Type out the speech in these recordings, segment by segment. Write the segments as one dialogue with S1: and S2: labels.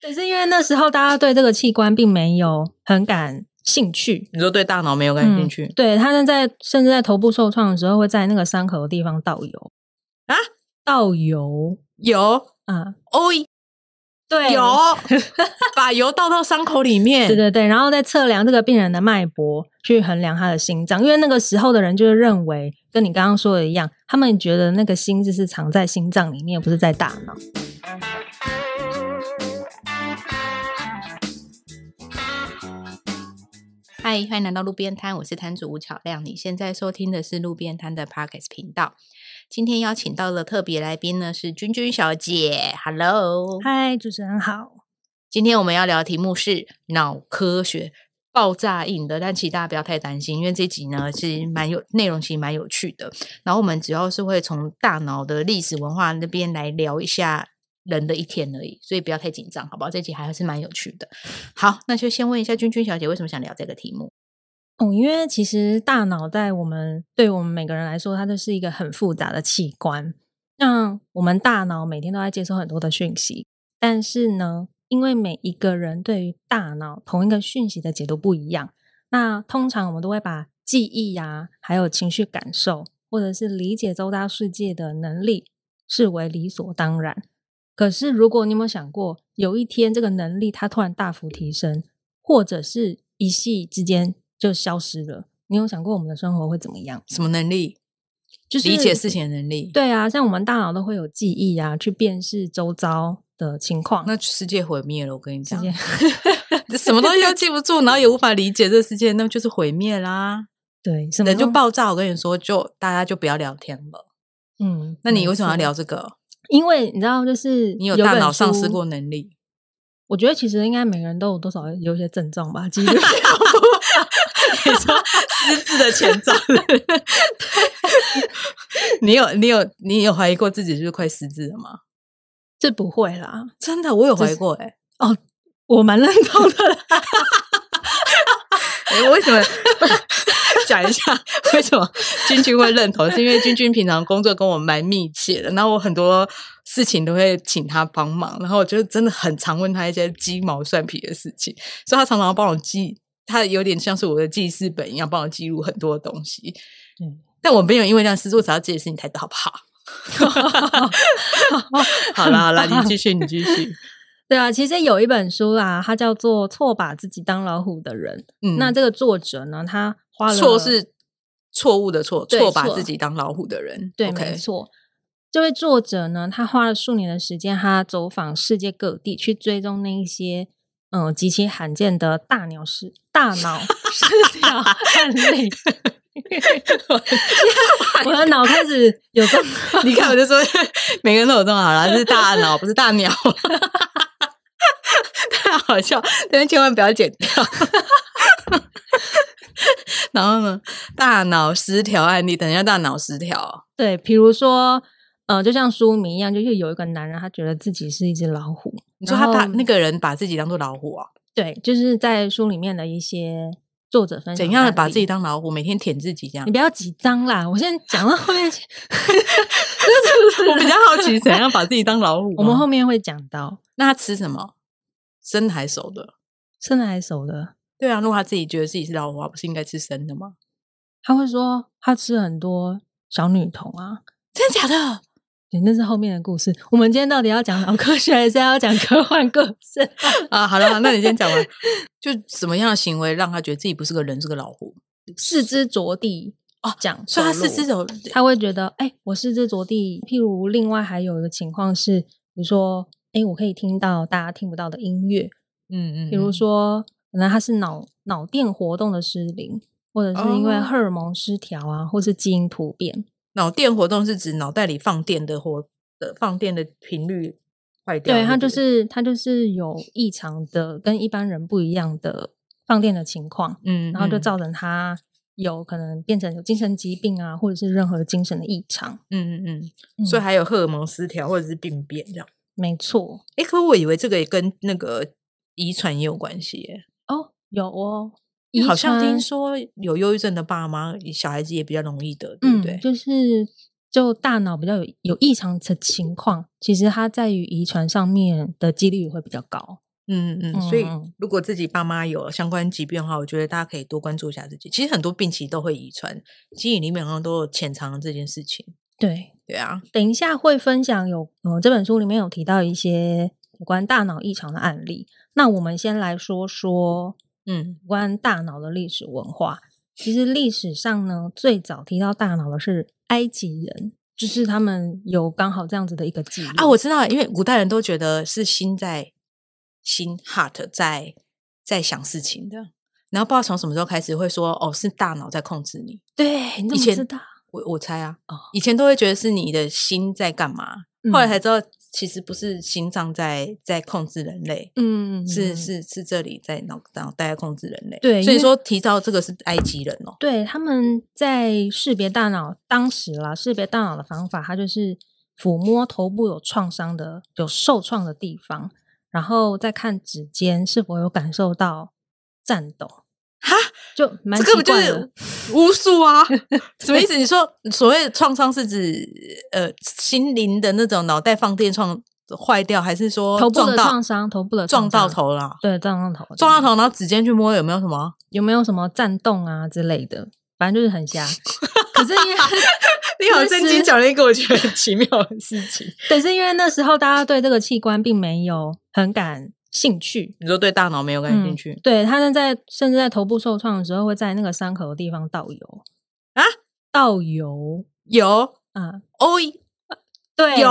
S1: 只是因为那时候大家对这个器官并没有很感兴趣，
S2: 你说对大脑没有感兴趣、
S1: 嗯对他们在甚至在头部受创的时候，会在那个伤口的地方倒油
S2: 啊，
S1: 倒油
S2: 有
S1: 啊，
S2: 哦，
S1: 对，
S2: 有 把油倒到伤口里面，
S1: 对对对，然后再测量这个病人的脉搏，去衡量他的心脏，因为那个时候的人就是认为，跟你刚刚说的一样，他们觉得那个心就是藏在心脏里面，不是在大脑。
S2: 嗨，欢迎来到路边摊，我是摊主吴巧亮。你现在收听的是路边摊的 Podcast 频道。今天邀请到的特别来宾呢是君君小姐，Hello。
S1: 嗨，主持人好，
S2: 今天我们要聊的题目是脑科学，爆炸硬的，但其实大家不要太担心，因为这集呢是蛮有内容，其实蛮有趣的。然后我们主要是会从大脑的历史文化那边来聊一下人的一天而已，所以不要太紧张，好不好？这集还是蛮有趣的。好，那就先问一下君君小姐，为什么想聊这个题目？
S1: 哦，因为其实大脑在我们对我们每个人来说，它就是一个很复杂的器官。那我们大脑每天都在接收很多的讯息，但是呢，因为每一个人对于大脑同一个讯息的解读不一样，那通常我们都会把记忆呀、还有情绪感受，或者是理解周遭世界的能力视为理所当然。可是，如果你有没有想过，有一天这个能力它突然大幅提升，或者是一夕之间就消失了，你有想过我们的生活会怎么样？
S2: 什么能力？
S1: 就是
S2: 理解事情的能力。，
S1: 对啊，像我们大脑都会有记忆啊，去辨识周遭的情况。
S2: 那世界毁灭了，我跟你
S1: 直
S2: 讲，
S1: 接
S2: 什么东西都记不住，然后也无法理解这世界，那就是毁灭啦。
S1: 对，什么
S2: 人就
S1: 都
S2: 爆炸。我跟你说，就大家就不要聊天了。
S1: 嗯。
S2: 那你
S1: 没
S2: 为什么
S1: 错？
S2: 要聊这个？
S1: 因为你知道，就是
S2: 你有
S1: 本
S2: 大脑丧失
S1: 书
S2: 过能力？
S1: 我觉得其实应该每个人都有多少有一些症状吧，其实
S2: 你说 失智的前兆？ 你有你有你有怀疑过自己就是快失智了吗？
S1: 这不会啦，
S2: 真的，我有怀疑过哎、
S1: 我蛮认同的 啦。
S2: 诶为什么？ 讲一下为什么君君会认同，是因为君君平常工作跟我蛮密切的，然后我很多事情都会请他帮忙，然后我就真的很常问他一些鸡毛蒜皮的事情，所以他常常帮我记，他有点像是我的记事本一样，帮我记录很多东西。
S1: 嗯
S2: 但我没有因为这样失做，只要自己的事情太好不好？ 好啦好啦，你继续，你继续。
S1: 对啊，其实有一本书啊，它叫做《错把自己当老虎的人》。
S2: 嗯，
S1: 那这个作者呢，他花了
S2: 错是错误的错，
S1: 对
S2: 错把
S1: 错
S2: 自己当老虎的人。
S1: 对
S2: o
S1: 没
S2: k
S1: 错。这位作者呢，他花了数年的时间，他走访世界各地，去追踪那一些嗯、呃极其罕见的大鸟失大 脑失调案例。我的脑开始有状 况，
S2: 你看，我就说每个人都有这种好啦，是大脑，不是大鸟， 太好笑，但是千万不要剪掉。 然后呢，大脑失调案例，等一下大脑失调，
S1: 对，比如说，呃，就像书名一样，就是有一个男人，他觉得自己是一只老虎。
S2: 你说他把
S1: 然后
S2: 那个人把自己当做老虎啊？
S1: 对，就是在书里面的一些作者分享
S2: 怎样的
S1: 案
S2: 把
S1: 例
S2: 自己当老虎，每天舔自 己这样
S1: 你？不要紧张啦，我先讲到后 面去。
S2: 我比较好奇，怎样把自己当老 虎啊？
S1: 我们后面会讲到
S2: 那他吃什么？生的还是熟的？
S1: 生的还是熟的，
S2: 对啊，如果他自己觉得自己是老虎啊，不是应该吃生的吗？
S1: 他会说他吃很多小女童啊。
S2: 真的假的？
S1: 对，那是后面的故事。我们今天到底要讲脑科学，还是要讲科幻故事？
S2: 啊，好了，那你先讲完， 就什么样的行为让他觉得自己不是个人，是个老虎？
S1: 四肢着地
S2: 哦
S1: 讲走
S2: 所以
S1: 路，
S2: 他四肢走，
S1: 他会觉得，哎、我四肢着地。譬如，另外还有一个情况是，比如说，哎、我可以听到大家听不到的音乐，
S2: 嗯嗯，
S1: 比如
S2: 嗯，
S1: 说，可能他是脑脑电活动的失灵，或者是因为
S2: 哦
S1: 荷尔蒙失调啊，或是基因突变。
S2: 脑电活动是指脑袋里放电的活的放电的频率坏掉，
S1: 对，他
S2: 不
S1: 就是他就是有异常的，跟一般人不一样的放电的情况，
S2: 嗯，
S1: 然后就
S2: 嗯
S1: 造成他有可能变成有精神疾病啊，或者是任何精神的异常。
S2: 嗯嗯
S1: 嗯
S2: 嗯，所以还有荷尔蒙失调或者是病变这样。
S1: 没错，
S2: 哎，可我以为这个也跟那个遗传也有关系耶，
S1: 哦，有哦，
S2: 因为好像
S1: 遗传
S2: 听说有忧郁症的爸妈小孩子也比较容易得，对不
S1: 嗯，
S2: 对？
S1: 就是就大脑比较有有异常的情况，其实它在于遗传上面的几率会比较高。
S2: 嗯嗯，所以
S1: 嗯嗯
S2: 如果自己爸妈有相关疾病的话，我觉得大家可以多关注一下自己。其实很多病其实都会遗传，基因里面好像都有潜藏了这件事情。
S1: 对，
S2: 对啊，
S1: 等一下会分享有呃这本书里面有提到一些有关大脑异常的案例。那我们先来说说
S2: 嗯
S1: 有关大脑的历史文化。其实历史上呢，最早提到大脑的是埃及人，就是他们有刚好这样子的一个记录
S2: 啊，我知道，因为古代人都觉得是心在心 heart 在在想事情的，然后不知道从什么时候开始会说哦是大脑在控制你。
S1: 对，你怎
S2: 以
S1: 么
S2: 前
S1: 知道？
S2: 我我猜啊，
S1: 哦
S2: 以前都会觉得是你的心在干嘛，后来
S1: 嗯
S2: 才知道其实不是心脏在在控制人类，
S1: 嗯，
S2: 是
S1: 嗯
S2: 是是这里在脑脑袋在控制人类。
S1: 对
S2: 所
S1: 因
S2: 以
S1: 为
S2: 说提到这个是埃及人哦，
S1: 对，他们在识别大脑，当时啦，识别大脑的方法，它就是抚摸头部有创伤的、有受创的地方，然后再看指尖是否有感受到颤抖。
S2: 哈，
S1: 就蛮
S2: 这
S1: 奇
S2: 根本就
S1: 怪的。
S2: 是巫术 啊！什么意思？你说所谓的创伤是指呃心灵的那种脑袋放电创坏掉，还是说
S1: 头部
S2: 撞
S1: 的
S2: 到
S1: 创伤，头部的
S2: 撞
S1: 创
S2: 到
S1: 伤
S2: 头了？
S1: 对撞到头，
S2: 撞到头，然后指尖去摸有没有 什么？
S1: 有没有什么颤动啊之类的？反正就是很 瞎。可是因为
S2: 你好震惊，讲了一个我觉得很奇妙 的事情。
S1: 可是因为那时候大家对这个器官并没有很感兴趣，
S2: 你说对大脑没有感兴
S1: 嗯
S2: 趣、
S1: 对，他们在甚至在头部受创的时候，会在那个伤口的地方倒油
S2: 啊，
S1: 倒油
S2: 有
S1: 啊，
S2: 哦，
S1: 对，
S2: 有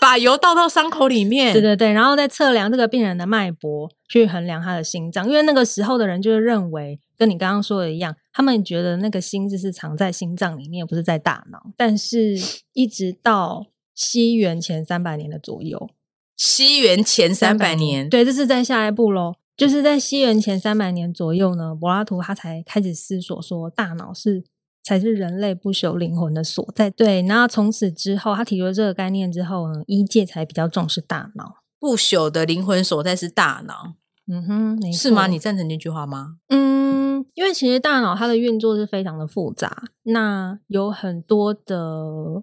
S2: 把油倒到伤口里面。
S1: 对对对，然后再测量这个病人的脉搏，去衡量他的心脏，因为那个时候的人就是认为，跟你刚刚说的一样，他们觉得那个心就是藏在心脏里面，不是在大脑。但是一直到西元前三百年的左右，
S2: 西元前三百年，嗯
S1: 对，这是在下一步喽。就是在西元前三百年左右呢，柏拉图他才开始思索说，大脑是才是人类不朽灵魂的所在。对，那从此之后，他提出了这个概念之后呢，医界才比较重视大脑。
S2: 不朽的灵魂所在是大脑，
S1: 嗯哼，没
S2: 是吗？
S1: 错
S2: 你赞成这句话吗？
S1: 嗯，因为其实大脑它的运作是非常的复杂，那有很多的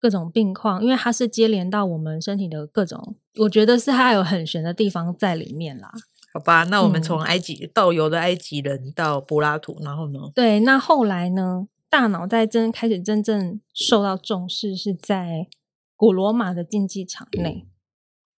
S1: 各种病况，因为它是接连到我们身体的各种，我觉得是它有很玄的地方在里面啦。
S2: 好吧，那我们
S1: 嗯
S2: 从埃及到游的埃及人到柏拉图，然后呢？
S1: 对，那后来呢，大脑在真开始真正受到重视，是在古罗马的竞技场
S2: 嗯
S1: 内，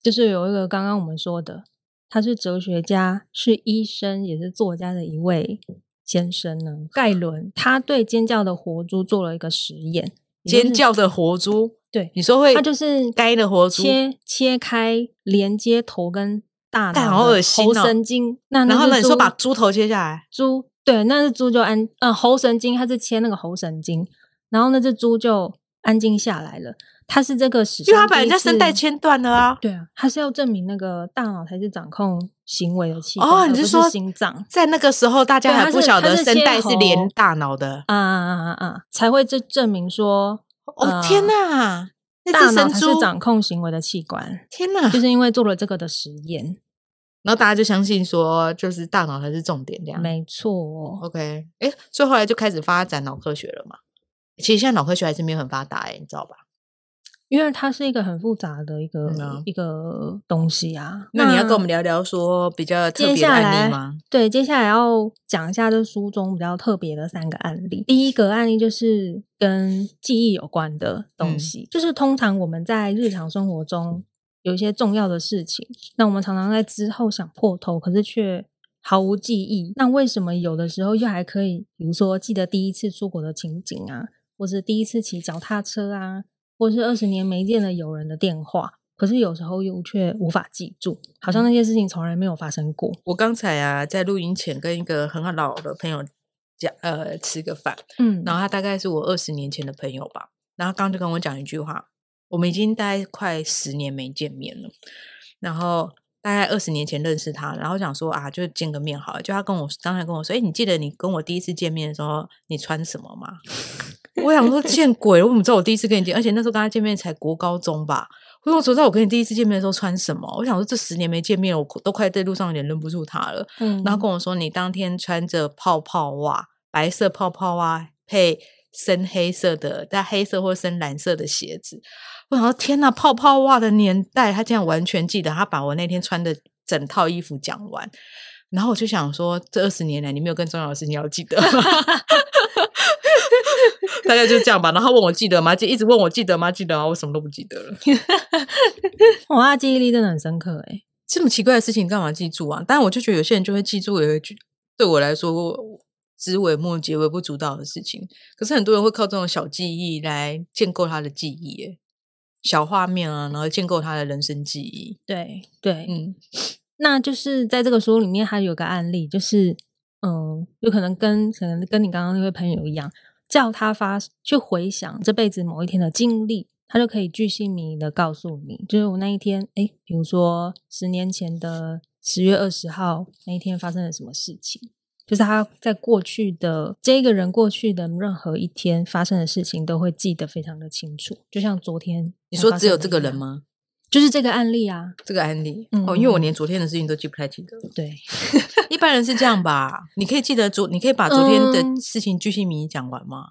S1: 就是有一个刚刚我们说的，他是哲学家，是医生，也是作家的一位先生呢，盖伦，他对尖叫的活猪做了一个实验，也就
S2: 尖
S1: 是
S2: 叫的活猪，
S1: 对，
S2: 你说会，
S1: 他就是
S2: 该的活猪，
S1: 切切开连接头跟大
S2: 但
S1: 脑
S2: 好
S1: 的
S2: 恶心
S1: 喉
S2: 哦
S1: 神经，那那
S2: 然后
S1: 只
S2: 呢？你说
S1: 猪
S2: 把猪头切下来，
S1: 猪，对，那只猪就安，呃，喉神经，它是切那个喉神经，然后那只猪就安静下来了。它是这个史
S2: 因
S1: 上，
S2: 为他把人家声带，切断了啊。
S1: 对啊，它是要证明那个大脑才是掌控行为的器官，
S2: 哦，
S1: 而
S2: 你
S1: 不
S2: 是
S1: 是
S2: 说
S1: 心脏？
S2: 在那个时候，大家
S1: 对
S2: 还
S1: 它
S2: 不
S1: 是
S2: 晓
S1: 它
S2: 得
S1: 是
S2: 声
S1: 切
S2: 带是连
S1: 喉
S2: 大脑的。
S1: 啊啊啊啊啊！才会证证明说，
S2: 哦天
S1: 呃
S2: 哪，那
S1: 大
S2: 只
S1: 脑
S2: 神
S1: 才是
S2: 猪，
S1: 掌控行为的器 官，
S2: 天哪！
S1: 就是因为做了这个的实验，
S2: 然后大家就相信说，就是大脑才是重点这样。
S1: 没错。哦
S2: OK，哎，所以后来就开始发展脑科学了嘛。其实现在脑科学还是没有很发达哎、你知道吧？
S1: 因为它是一个很复杂的一个、
S2: 嗯啊
S1: 一个东西啊。
S2: 那你要跟我们聊聊说比较
S1: 接
S2: 特别的
S1: 下
S2: 案例
S1: 来
S2: 吗？，
S1: 对，接下来要讲一下这书中比较特别的三个案例。第一个案例就是跟记忆有关的东西，就是通常我们在日常生活中有一些重要的事情，那我们常常在之后想破头，可是却毫无记忆。那为什么有的时候又还可以，比如说记得第一次出国的情景啊，或是第一次骑脚踏车啊，或是二十年没见的友人的电话？可是有时候又却无法记住，好像那些事情从来没有发生过。
S2: 我刚才啊，在录音前跟一个很老的朋友讲，呃，吃个饭，
S1: 嗯
S2: 然后他大概是我二十年前的朋友吧，然后他刚刚就跟我讲一句话，我们已经大概快十年没见面了，然后大概二十年前认识他，然后想说啊，就见个面好了，就他跟我刚才跟我说，哎、你记得你跟我第一次见面的时候你穿什么吗？我想说见鬼，我怎么知道我第一次跟你见？而且那时候跟他见面才国高中吧。我想说，在我跟你第一次见面的时候穿什么？我想说，这十年没见面，我都快在路上有点认不住他了。
S1: 嗯
S2: 然后跟我说，你当天穿着泡泡袜，白色泡泡袜配深黑色的，带黑色或深蓝色的鞋子。我想说，天呐，泡泡袜的年代，他竟然完全记得，他把我那天穿的整套衣服讲完。然后我就想说，这二十年来你没有更重要的事情要记得吗，大概就这样吧。然后问我记得吗？就一直问我记得吗？记得吗？我什么都不记得了。
S1: 哇，他记忆力真的很深刻哎。
S2: 这么奇怪的事情干嘛记住啊？但我就觉得有些人就会记住，有一句对我来说枝微末节、微不足道的事情。可是很多人会靠这种小记忆来建构他的记忆耶，小画面啊，然后建构他的人生记忆。
S1: 对对，
S2: 嗯，
S1: 那就是在这个书里面，它有个案例，就是嗯，有可能跟可能跟你刚刚那位朋友一样，叫他发去回想这辈子某一天的经历，他就可以巨细靡遗的告诉你，就是我那一天，哎，比如说十年前的十月二十号那一天发生了什么事情。就是他在过去的这个人过去的任何一天发生的事情都会记得非常的清楚，就像昨天
S2: 你
S1: 才
S2: 说
S1: 发
S2: 只有
S1: 生的
S2: 这个
S1: 一
S2: 人
S1: 样？
S2: 吗？
S1: 就是这个案例啊，
S2: 这个案例、
S1: 嗯
S2: 哦，因为我连昨天的事情都记不太起得了。
S1: 对，
S2: 一般人是这样吧？你可以记得昨，你可以把昨天
S1: 嗯
S2: 的事情巨细靡遗讲完吗？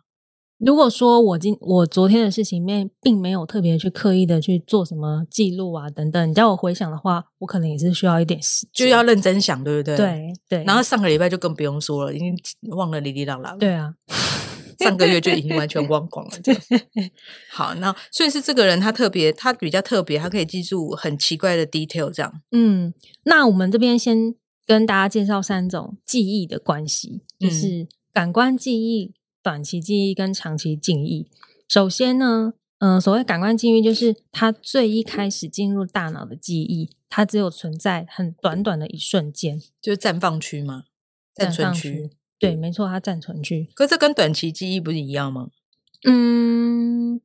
S1: 如果说我今我昨天的事情面并没有特别去刻意的去做什么记录啊等等，你叫我回想的话，我可能也是需要一点时间，
S2: 就要认真想，对不对？。
S1: 对对，
S2: 然后上个礼拜就更不用说了，已经忘了哩哩浪浪。
S1: 对啊，
S2: 上个月就已经完全忘光了。这样 好，那所以是这个人他特别，他比较特别，他可以记住很奇怪的 detail 这样。
S1: 嗯，那我们这边先跟大家介绍三种记忆的关系，就是感官记忆、短期记忆跟长期记忆。首先呢，嗯、所谓感官记忆，就是它最一开始进入大脑的记忆，它只有存在很短短的一瞬间，
S2: 就是绽放区嘛，暂存
S1: 上
S2: 区。。
S1: 对，没错，它暂存区。
S2: 可这跟短期记忆不是一样吗？
S1: 嗯，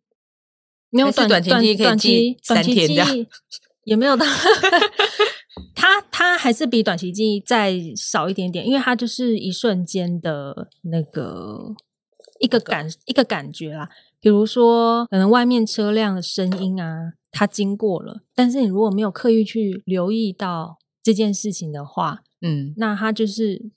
S1: 没有
S2: 还是
S1: 短
S2: 短期记忆可以
S1: 短期
S2: 记
S1: 短
S2: 三
S1: 期
S2: 天
S1: 记
S2: 这样
S1: 忆也没有 到，它它还是比短期记忆再少一点点，因为它就是一瞬间的那个一个感一个感觉啦。比如说，可能外面车辆的声音啊，它经过了，但是你如果没有刻意去留意到这件事情的话，
S2: 嗯，
S1: 那它就是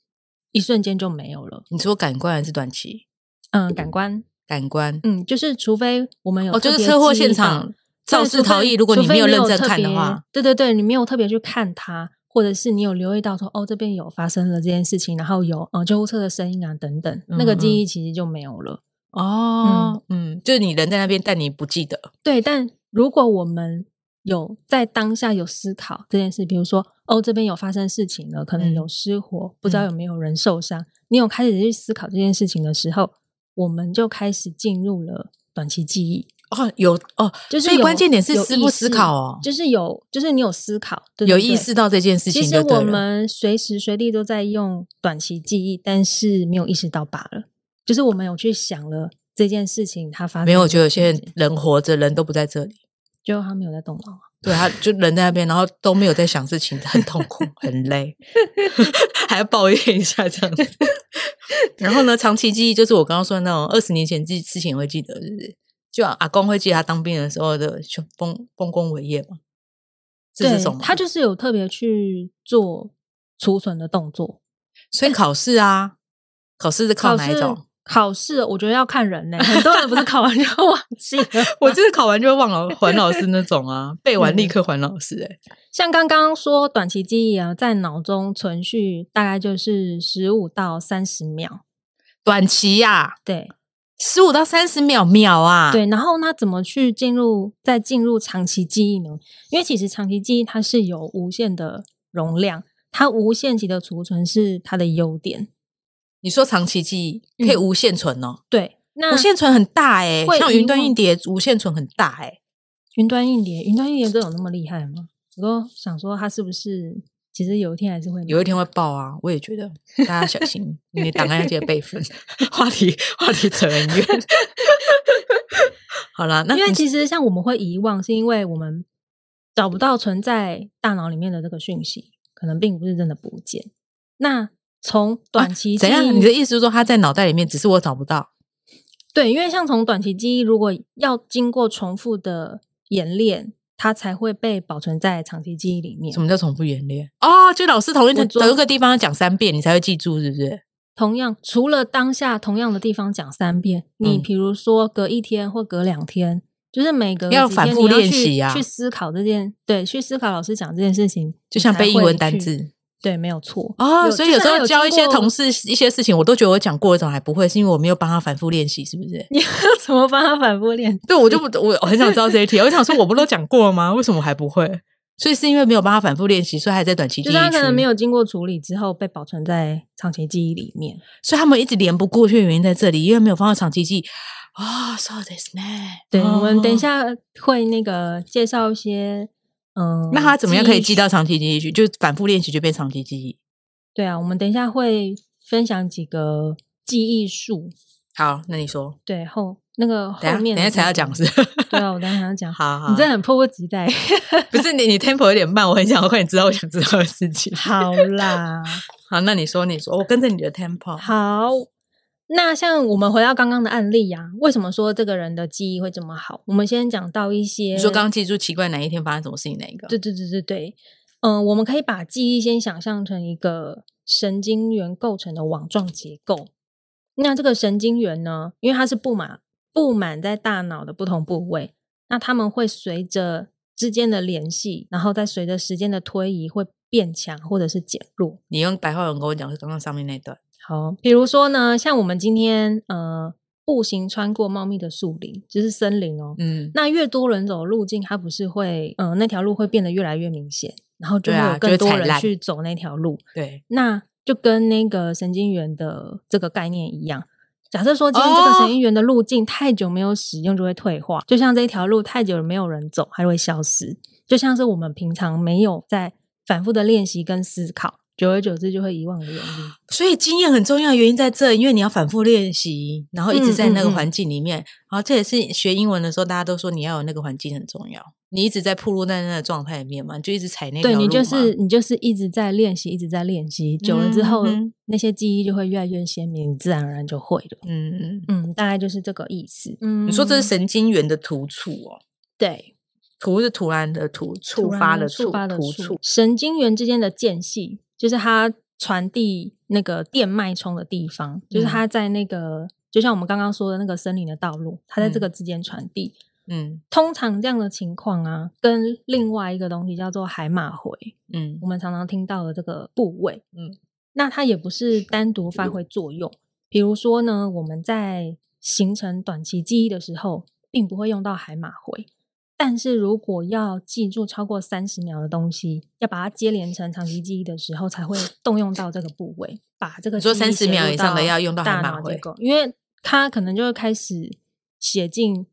S1: 一瞬间就没有了。
S2: 你说感官还是短期？
S1: 嗯，感官
S2: 感官
S1: 嗯，就是除非我们有
S2: 哦，
S1: 特
S2: 就是
S1: 别
S2: 车祸
S1: 记忆
S2: 现
S1: 到
S2: 场
S1: 对
S2: 肇
S1: 除
S2: 事
S1: 非
S2: 逃逸，如果
S1: 除
S2: 你
S1: 非
S2: 没有认真
S1: 特
S2: 看的
S1: 别
S2: 话，，
S1: 对对对，你没有特别去看它，或者是你有留意到说哦这边有发生了这件事情，然后有呃救护车的声音啊等等，那个
S2: 嗯嗯
S1: 记忆其实就没有了。
S2: 哦，嗯，就是你人在那边，但你不记得。
S1: 对，但如果我们有在当下有思考这件事，比如说哦这边有发生事情了，可能
S2: 嗯
S1: 有失火，不知道
S2: 嗯
S1: 有没有人受伤，你有开始去思考这件事情的时候，我们就开始进入了短期记忆。
S2: 哦，有哦，
S1: 就是
S2: 所以
S1: 有
S2: 关键点是
S1: 有
S2: 思
S1: 意
S2: 不思
S1: 识
S2: 考哦
S1: 就是有，就是你有思考，对
S2: 有
S1: 对
S2: 意
S1: 对
S2: 识到这件事情
S1: 其实
S2: 就对
S1: 我
S2: 了
S1: 们随时随地都在用短期记忆，但是没有意识到罢了。就是我们有去想了这件事情，它发生
S2: 没有，我
S1: 了
S2: 觉得有
S1: 什
S2: 些
S1: 么事
S2: 人
S1: 情
S2: 人活着，人都不在这里。
S1: 就他没有在动脑啊。
S2: 对，他就人在那边，然后都没有在想事情，很痛苦，很累， 还要抱怨一下这样子。 然后呢，长期记忆就是我刚刚说的那种二十年前记事情会记得，是不是？就阿公会记得他当兵的时候的雄丰丰功伟业嘛，是这
S1: 对
S2: 种吗，
S1: 他就是有特别去做储存的动作。
S2: 所以考试啊，考试是考哪一
S1: 试
S2: 种？
S1: 考试我觉得要看人呢、很多人不是考完就 忘记了。
S2: 我就是考完就会忘了 还老师那种啊，背完立
S1: 嗯
S2: 刻还老师、欸，
S1: 像刚刚说短期记忆啊，在脑中存续大概就是十五到三十秒。
S2: 短期呀、
S1: 对，
S2: 十五到三十秒秒啊，
S1: 对，然后那怎么去进入再进入长期记忆呢？因为其实长期记忆它是有无限的容量，它无限期的储存是它的优点。
S2: 你说长期记忆可以
S1: 嗯
S2: 无限存哦，
S1: 对，那
S2: 无线存很大哎、
S1: 会
S2: 像
S1: 遗
S2: 云端
S1: 忘
S2: 硬碟无线存很大哎、
S1: 云端硬碟，云端硬碟都有那么厉害吗？我都想说它是不是其实有一天还是会
S2: 有一天会爆啊！我也觉得，大家小心，你的档案要记得备份。 话题话题扯很远。 好啦，那
S1: 因为
S2: 你
S1: 其实像我们会遗忘，是因为我们找不到存在大脑里面的这个讯息，可能并不是真的不见。那从短期、
S2: 啊怎样？你的意思是说他在脑袋里面，只是我找不到？
S1: 对，因为像从短期记忆，如果要经过重复的演练，它才会被保存在长期记忆里面
S2: 什。么叫重复演练？哦，就老师同一
S1: 我
S2: 个
S1: 昨
S2: 同一个地方要讲三遍，你才会记住，是不是？
S1: 同样，除了当下同样的地方讲三遍，你
S2: 嗯
S1: 比如说隔一天或隔两天，就是每隔
S2: 要
S1: 几
S2: 反
S1: 天
S2: 复
S1: 你
S2: 练
S1: 去
S2: 习啊
S1: 去思考这件，对，去思考老师讲这件事情，
S2: 就像
S1: 你才
S2: 背英
S1: 会
S2: 文单
S1: 去，
S2: 字
S1: 对，没有错
S2: 哦，所以有时候教一些同
S1: 事，
S2: 事一些事情，我都觉得我讲过一种还不会，是因为我没有帮他反复练习，是不是？
S1: 你要 怎么帮他反复练？
S2: 对，我就不，我我很想知道这一题，我想说我不都讲过了吗？为什么还不会？ 所以是因为没有帮他反复练习，所以还在短期记
S1: 就
S2: 忆
S1: 是他可能
S2: 区
S1: 没有经过处理之后被保存在长期记忆里面。
S2: 所以他们一直连不过去的原因在这里，因为没有放到长期记忆。哦，so this 呢？
S1: 对，
S2: 哦
S1: 我们等一，下会那个介绍一些，嗯，
S2: 哦那他怎么样可以
S1: 记
S2: 记
S1: 忆
S2: 到长期记忆去？就反复练习就变长期记忆。
S1: 对啊，我们等一下会分享几个记忆术，
S2: 好，那你说，
S1: 对后那个
S2: 等
S1: 后
S2: 一下等
S1: 面
S2: 一下
S1: 的
S2: 才
S1: 部
S2: 要
S1: 分
S2: 讲是
S1: 对啊，我等一下还要讲。
S2: 好好，
S1: 你真的很迫不及待。
S2: 不是你你 tempo 有点慢，我很想快点知道我想知道的事 情。
S1: 好啦，
S2: 好，那你说你说，我跟着你的 tempo。
S1: 好。那像我们回到刚刚的案例啊，为什么说这个人的记忆会这么好？我们先讲到一些，
S2: 你说刚刚记住奇怪哪一天发生什么事情哪一个？
S1: 嗯对对对对对，嗯、我们可以把记忆先想象成一个神经元构成的网状结构。那这个神经元呢，因为它是布满布满在大脑的不同部位，那它们会随着之间的联系，然后再随着时间的推移会变强或者是减弱。
S2: 你用白话文跟我讲，是刚刚上面那段。
S1: 好，比如说呢，像我们今天呃步行穿过茂密的树林，就是森林哦，
S2: 嗯，
S1: 那越多人走的路径，它不是会，嗯、那条路会变得越来越明显，然后就会
S2: 对啊
S1: 有
S2: 就会
S1: 更多
S2: 踩
S1: 人
S2: 烂
S1: 去走那条路。
S2: 对。
S1: 那就跟那个神经元的这个概念一样。假设说今天这个
S2: 哦
S1: 神经元的路径太久没有使用，就会退化。就像这一条路太久没有人走，它就会消失。就像是我们平常没有在反复的练习跟思考，久而久之就会遗忘的原因。
S2: 所以经验很重要，原因在这，因为你要反复练习，然后一直在那
S1: 嗯
S2: 个
S1: 嗯嗯
S2: 环境里面。然后这也是学英文的时候，大家都说你要有那个环境很重要。你一直在铺路在那个状态里面嘛，你就一直踩那条
S1: 对
S2: 路
S1: 你就
S2: 嘛
S1: 是你就是一直在练习，一直在练习，久了之后、
S2: 嗯哼
S1: 那些记忆就会越来越鲜明，你自然而然就会了。
S2: 嗯嗯。
S1: 嗯，大概就是这个意思。嗯
S2: 你说这是神经元的突触哦，
S1: 对
S2: 突是突然的突，触
S1: 突然
S2: 发
S1: 的
S2: 的
S1: 触发的
S2: 突
S1: 触
S2: 触。
S1: 神经元之间的间隙，就是它传递那个电脉冲的地方，就是
S2: 嗯
S1: 它在那个、就像我们刚刚说的那个森林的道路，它在这
S2: 嗯
S1: 个之间传递。
S2: 嗯
S1: 通常这样的情况啊，跟另外一个东西叫做海马回，
S2: 嗯
S1: 我们常常听到的这个部位，
S2: 嗯，
S1: 那它也不是单独发挥作用。比如说呢，我们在形成短期记忆的时候，并不会用到海马回，但是如果要记住超过三十秒的东西，要把它接连成长期记忆的时候，才会动用到这个部位，把这个
S2: 你说
S1: 记忆
S2: 30
S1: 写
S2: 秒
S1: 入
S2: 以上的要用到海
S1: 大
S2: 马
S1: 脑
S2: 回
S1: 结构，因为它可能就会开始写进，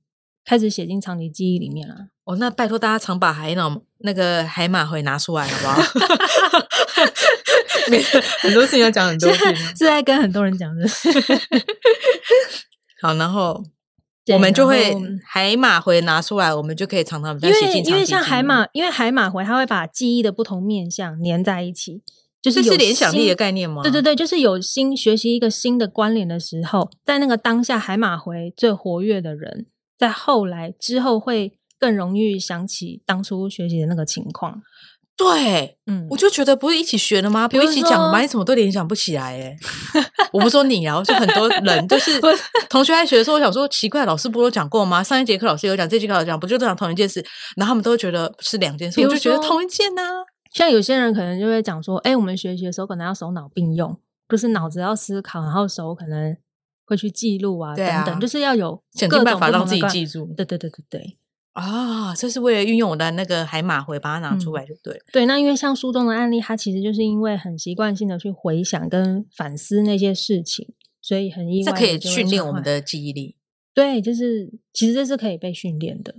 S1: 开始写进长期记忆里面了。
S2: 哦，那拜托大家常把海脑那个海马回拿出来好不 好？每很多事情要讲很多
S1: 是
S2: 遍
S1: 在。是在跟很多人讲的，
S2: 好，然后
S1: 对
S2: 我们就会
S1: 然后嗯
S2: 海马回拿出来，我们就可以常常比
S1: 因
S2: 较写
S1: 为
S2: 进长
S1: 因为
S2: 期
S1: 像
S2: 记忆
S1: 海马，因为海马回它会把记忆的不同面向粘在一起，就是
S2: 这
S1: 有
S2: 是联想力
S1: 新
S2: 的概念吗？
S1: 对对对，就是有新学习一个新的关联的时候，在那个当下海马回最活跃的人，在后来之后会更容易想起当初学习的那个情况。
S2: 对，
S1: 嗯
S2: 我，就觉得不是一起学的吗？
S1: 比
S2: 不是
S1: 如
S2: 一起讲的吗？
S1: 说
S2: 你怎么都联想不起来、欸？哎， 我不是说你啊，我说很多人就是同学在学的时候，我想说奇怪，老师不都讲过吗？上一节课老师有讲，这节课老师讲，不就都讲同一件事？然后他们都觉得是两件事，
S1: 比
S2: 我
S1: 如
S2: 就觉得
S1: 说
S2: 同一件啊呐、
S1: 像有些人可能就会讲说，哎，我们学习的时候可能要手脑并用，就是脑子要思考，然后手可能会去记录啊，
S2: 对啊
S1: 等等，就是要有
S2: 想
S1: 各种
S2: 尽办法
S1: 不同
S2: 让
S1: 的
S2: 自己
S1: 关
S2: 记住
S1: 对对对对对。
S2: 啊、这是为了运用我的那个海马回，把它
S1: 嗯
S2: 拿出来就对了。
S1: 对，那因为像书中的案例，他其实就是因为很习惯性的去回想跟反思那些事情，所以很意
S2: 这
S1: 外。
S2: 可以训练我们，的记忆力。
S1: 对，就是其实这是可以被训练的，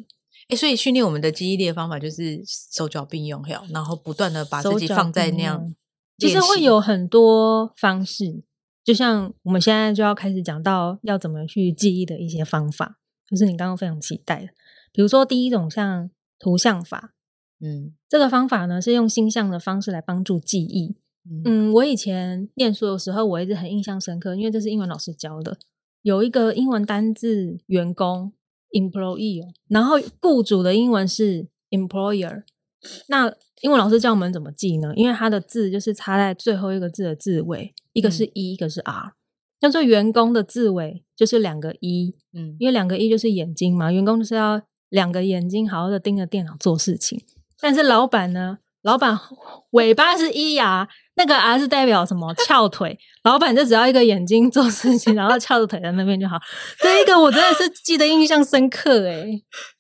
S2: 哎，所以训练我们的记忆力的方法就是手脚并用，还有然后不断的把自
S1: 手
S2: 己
S1: 脚
S2: 放在
S1: 并
S2: 那样
S1: 用。其实
S2: 练
S1: 会
S2: 习
S1: 有很多方式，就像我们现在就要开始讲到要怎么去记忆的一些方法，就是你刚刚非常期待的。比如说第一种像图像法，
S2: 嗯
S1: 这个方法呢是用星象的方式来帮助记忆，
S2: 嗯
S1: 嗯，我以前念书的时候，我一直很印象深刻，因为这是英文老师教的。有一个英文单字员工 employee，哦然后雇主的英文是 employer。那英文老师教我们怎么记呢？因为它的字就是插在最后一个字的字尾，一个是
S2: 嗯
S1: e，、一个是 r。像说员工的字尾就是两个 e，
S2: 嗯
S1: 因为两个 e 就是眼睛嘛，员工就是要两个眼睛好好的盯着电脑做事情。但是老板呢，老板尾巴是一牙，那个 R 是代表什么？翘腿。老板就只要一个眼睛做事情，然后翘着腿在那边就好。这一个我真的是记得印象深刻哎、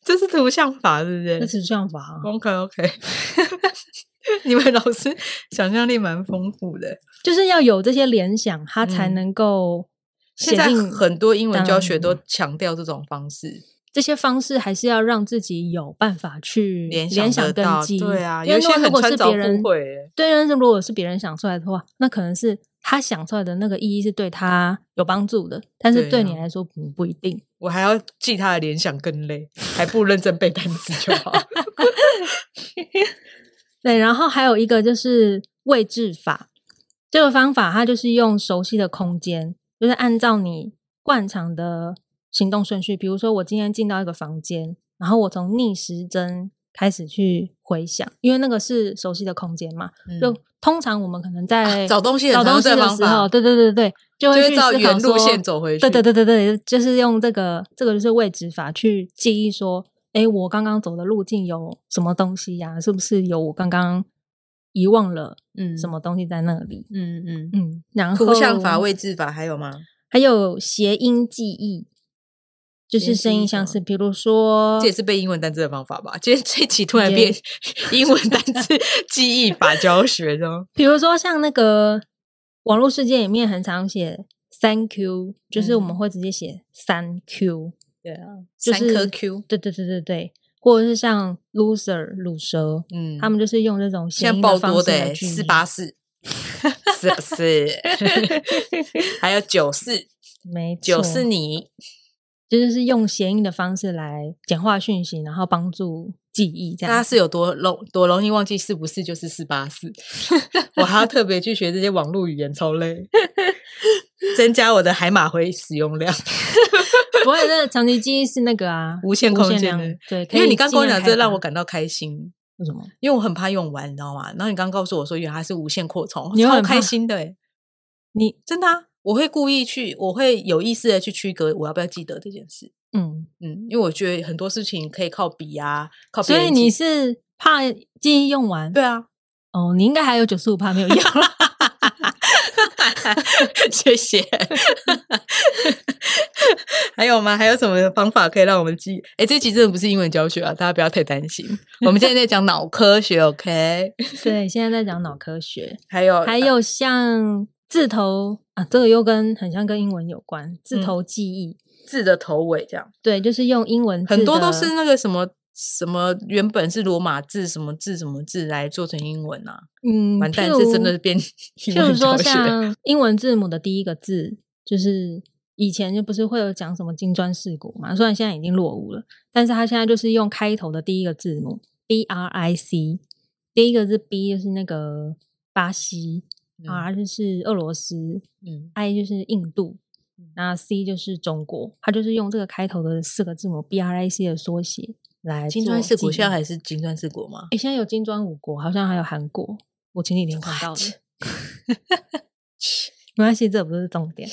S2: 这是图像法，是不
S1: 那
S2: 是
S1: 只是这样吧？
S2: ？OK OK，你们老师想象力蛮丰富的。
S1: 就是要有这些联想，他才
S2: 嗯
S1: 能够写
S2: 现在
S1: 进
S2: 很多英文教学都
S1: 当
S2: 强调这种方式，
S1: 这些方式还是要让自己有办法去联
S2: 联想
S1: 想
S2: 得
S1: 根
S2: 到，
S1: 基。
S2: 对啊，
S1: 因
S2: 有
S1: 为
S2: 一些
S1: 如
S2: 很
S1: 果
S2: 穿
S1: 是
S2: 凿
S1: 别人
S2: 附会耶，
S1: 对，但是如果是别人想出来的话，那可能是他想出来的那个意义是对他有帮助的，但是
S2: 对
S1: 对
S2: 啊
S1: 你来说不不一定。
S2: 我还要记他的联想更累，还不如认真背单词就好。
S1: 对，然后还有一个就是位置法，这个方法它就是用熟悉的空间，就是按照你惯常的行动顺序，比如说我今天进到一个房间，然后我从逆时针开始去回想，因为那个是熟悉的空间嘛。 就通常我们可能在、
S2: 嗯啊找东西很
S1: 找
S2: 常
S1: 东西
S2: 用这
S1: 的
S2: 方
S1: 时
S2: 法
S1: 候，对对对对，就
S2: 就
S1: 会
S2: 会
S1: 去
S2: 照
S1: 思
S2: 原
S1: 考
S2: 路
S1: 说
S2: 线走回去。
S1: 对对对对对，就是用这个，这个就是位置法去记忆说，哎，我刚刚走的路径有什么东西呀、是不是有我刚刚遗忘了
S2: 嗯
S1: 什？么东西在那里？
S2: 嗯嗯。
S1: 嗯，然后呃
S2: 图像法、位置法还有吗？
S1: 还有谐音记忆，就
S2: 谐
S1: 是
S2: 音记
S1: 声
S2: 忆
S1: 音
S2: 什么
S1: 相似，比如说
S2: 这也是背英文单字的方法吧。今天这一期突然
S1: 也
S2: 变 英文单字记忆法教学的，
S1: 比如说像那个网络世界里面很常写 “thank you”，就是我
S2: 嗯
S1: 们会直接写 “thank you”，、
S2: 对啊，
S1: 就是
S2: 三颗 Q，
S1: 对对对对对，或者是像 “loser” 乳蛇，
S2: 嗯，
S1: 他们就是用这种谐
S2: 现在
S1: 音的
S2: 爆
S1: 方
S2: 多
S1: 式
S2: 的
S1: 来
S2: 欸
S1: 去
S2: 四八四，是不是？ 还有九四
S1: 没
S2: 九
S1: 错
S2: 四，你，
S1: 这就是用谐音的方式来简化讯息，然后帮助记忆这
S2: 大家
S1: 样。
S2: 是有多容多容易忘记是不是就是四八四？ 我还要特别去学这些网络语言，超累， 增加我的海马回使用量。
S1: 不过这长期记忆是那个啊，
S2: 无限空间的
S1: 量对，可
S2: 因为
S1: 以
S2: 你刚跟我
S1: 尽量
S2: 讲，这
S1: 开
S2: 让我
S1: 发
S2: 感到开心。
S1: 为什么？
S2: 因为我很怕用完，你知道吗？然后你刚告诉我说，原来它是无限扩充，
S1: 你会
S2: 超
S1: 很怕
S2: 开心的欸，
S1: 你
S2: 真的、啊。我会故意去，我会有意识的去区隔我要不要记得这件事。
S1: 嗯，
S2: 嗯，因为我觉得很多事情可以靠笔啊，靠别
S1: 所以
S2: 人
S1: 你
S2: 记
S1: 是怕记忆用完？
S2: 对啊，
S1: 哦，你应该还有九十五帕没有 用。
S2: 谢谢。还有吗？还有什么方法可以让我们记？哎，这集真的不是英文教学啊，大家不要太担心。我们现在在讲脑科学，OK？
S1: 对，现在在讲脑科学，
S2: 还有
S1: 还有像字头啊，这个又跟很像跟英文有关，
S2: 嗯
S1: 字头记忆。
S2: 字的头尾这样。
S1: 对，就是用英文字
S2: 很多都
S1: 的
S2: 是那个什么什么，原本是罗马字什么字什么字来做成英文啊，
S1: 嗯，
S2: 完蛋，
S1: 譬
S2: 这真的
S1: 如
S2: 是变 英
S1: 譬
S2: 文
S1: 如说
S2: 教学。
S1: 像英文字母的第一个字，就是以前就不是会有讲什么金砖四国嘛，虽然现在已经落伍了，但是它现在就是用开头的第一个字母 B R I C，第一个字 B 就是那个巴西、
S2: 嗯
S1: r 就是俄罗斯
S2: 嗯
S1: ，I 就是印度。那 C 就是中国，它就是用这个开头的四个字母 B R I C 的缩写来
S2: 金
S1: 做
S2: 砖四
S1: 记
S2: 国现在
S1: 忆
S2: 还是金砖四国吗？
S1: 诶，现在有金砖五国，好像还有韩国，我前几天看到的。 没关系，这不是重点。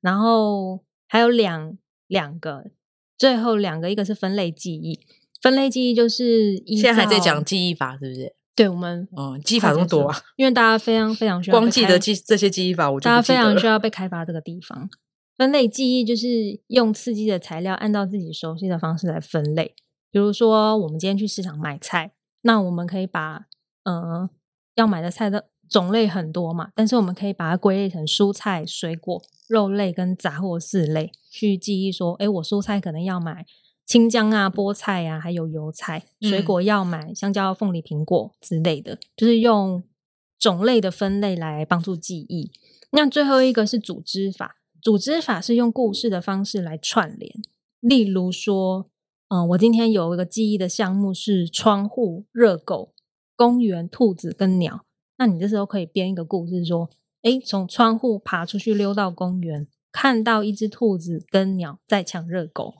S1: 然后还有两两个，最后两个，一个是分类记忆，分类记忆就是依
S2: 现在还在
S1: 照
S2: 讲，记忆法，是不是？
S1: 对我们
S2: 嗯，记忆法这么多啊，，
S1: 因为大家非常非常需要
S2: 光
S1: 被
S2: 记
S1: 开
S2: 得记这些记忆法，我就
S1: 大家
S2: 不记
S1: 非
S2: 得
S1: 常
S2: 了
S1: 需要被开发这个地方。分类记忆就是用刺激的材料，按照自己熟悉的方式来分类。比如说，我们今天去市场买菜，那我们可以把呃要买的菜的种类很多嘛，但是我们可以把它归类成蔬菜、水果、肉类跟杂货四类，去记忆说，诶，我蔬菜可能要买青江啊、菠菜啊，还有油菜；水
S2: 嗯
S1: 果要买香蕉、凤梨、苹果之类的，就是用种类的分类来帮助记忆。那最后一个是组织法，组织法是用故事的方式来串联，例如说，嗯、我今天有一个记忆的项目是窗户、热狗、公园、兔子跟鸟，那你这时候可以编一个故事说，诶，从窗户爬出去溜到公园，看到一只兔子跟鸟在抢热狗。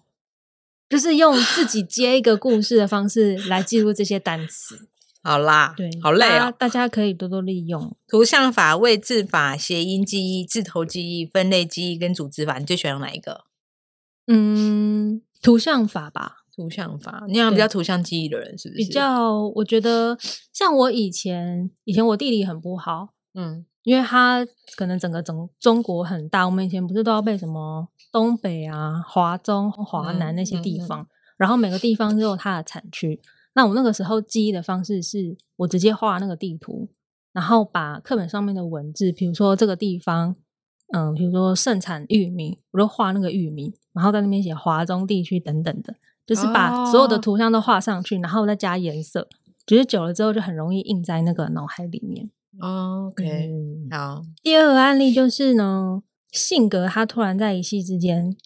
S1: 就是用自己接一个故事的方式来记录这些单词，
S2: 好啦，
S1: 对，
S2: 好累
S1: 大家。
S2: 啊
S1: 大家可以多多利用。
S2: 图像法、位置法、谐音记忆、字头记忆、分类记忆跟组织法，你最喜欢用哪一个？
S1: 嗯，图像法吧，
S2: 图像法，那样比
S1: 对
S2: 较图像记忆的人是不是？
S1: 比较，我觉得像我以前，以前我地理很不好，
S2: 嗯
S1: 因为他可能整个中中国很大，我们以前不是都要背什么东北啊、华中、华南
S2: 嗯
S1: 那些地
S2: 嗯嗯
S1: 方，然后每个地方都有它的产区。那我那个时候记忆的方式是我直接画那个地图，然后把课本上面的文字，比如说这个地方，嗯、比如说盛产玉米，我就画那个玉米，然后在那边写华中地区等等的，就是把所有的
S2: 哦
S1: 图像都画上去，然后再加颜色。只是久了之后就很容易印在那个脑海里面。
S2: ，OK，
S1: 嗯
S2: 好，
S1: 第二个案例就是呢，性格他突然在一夕之间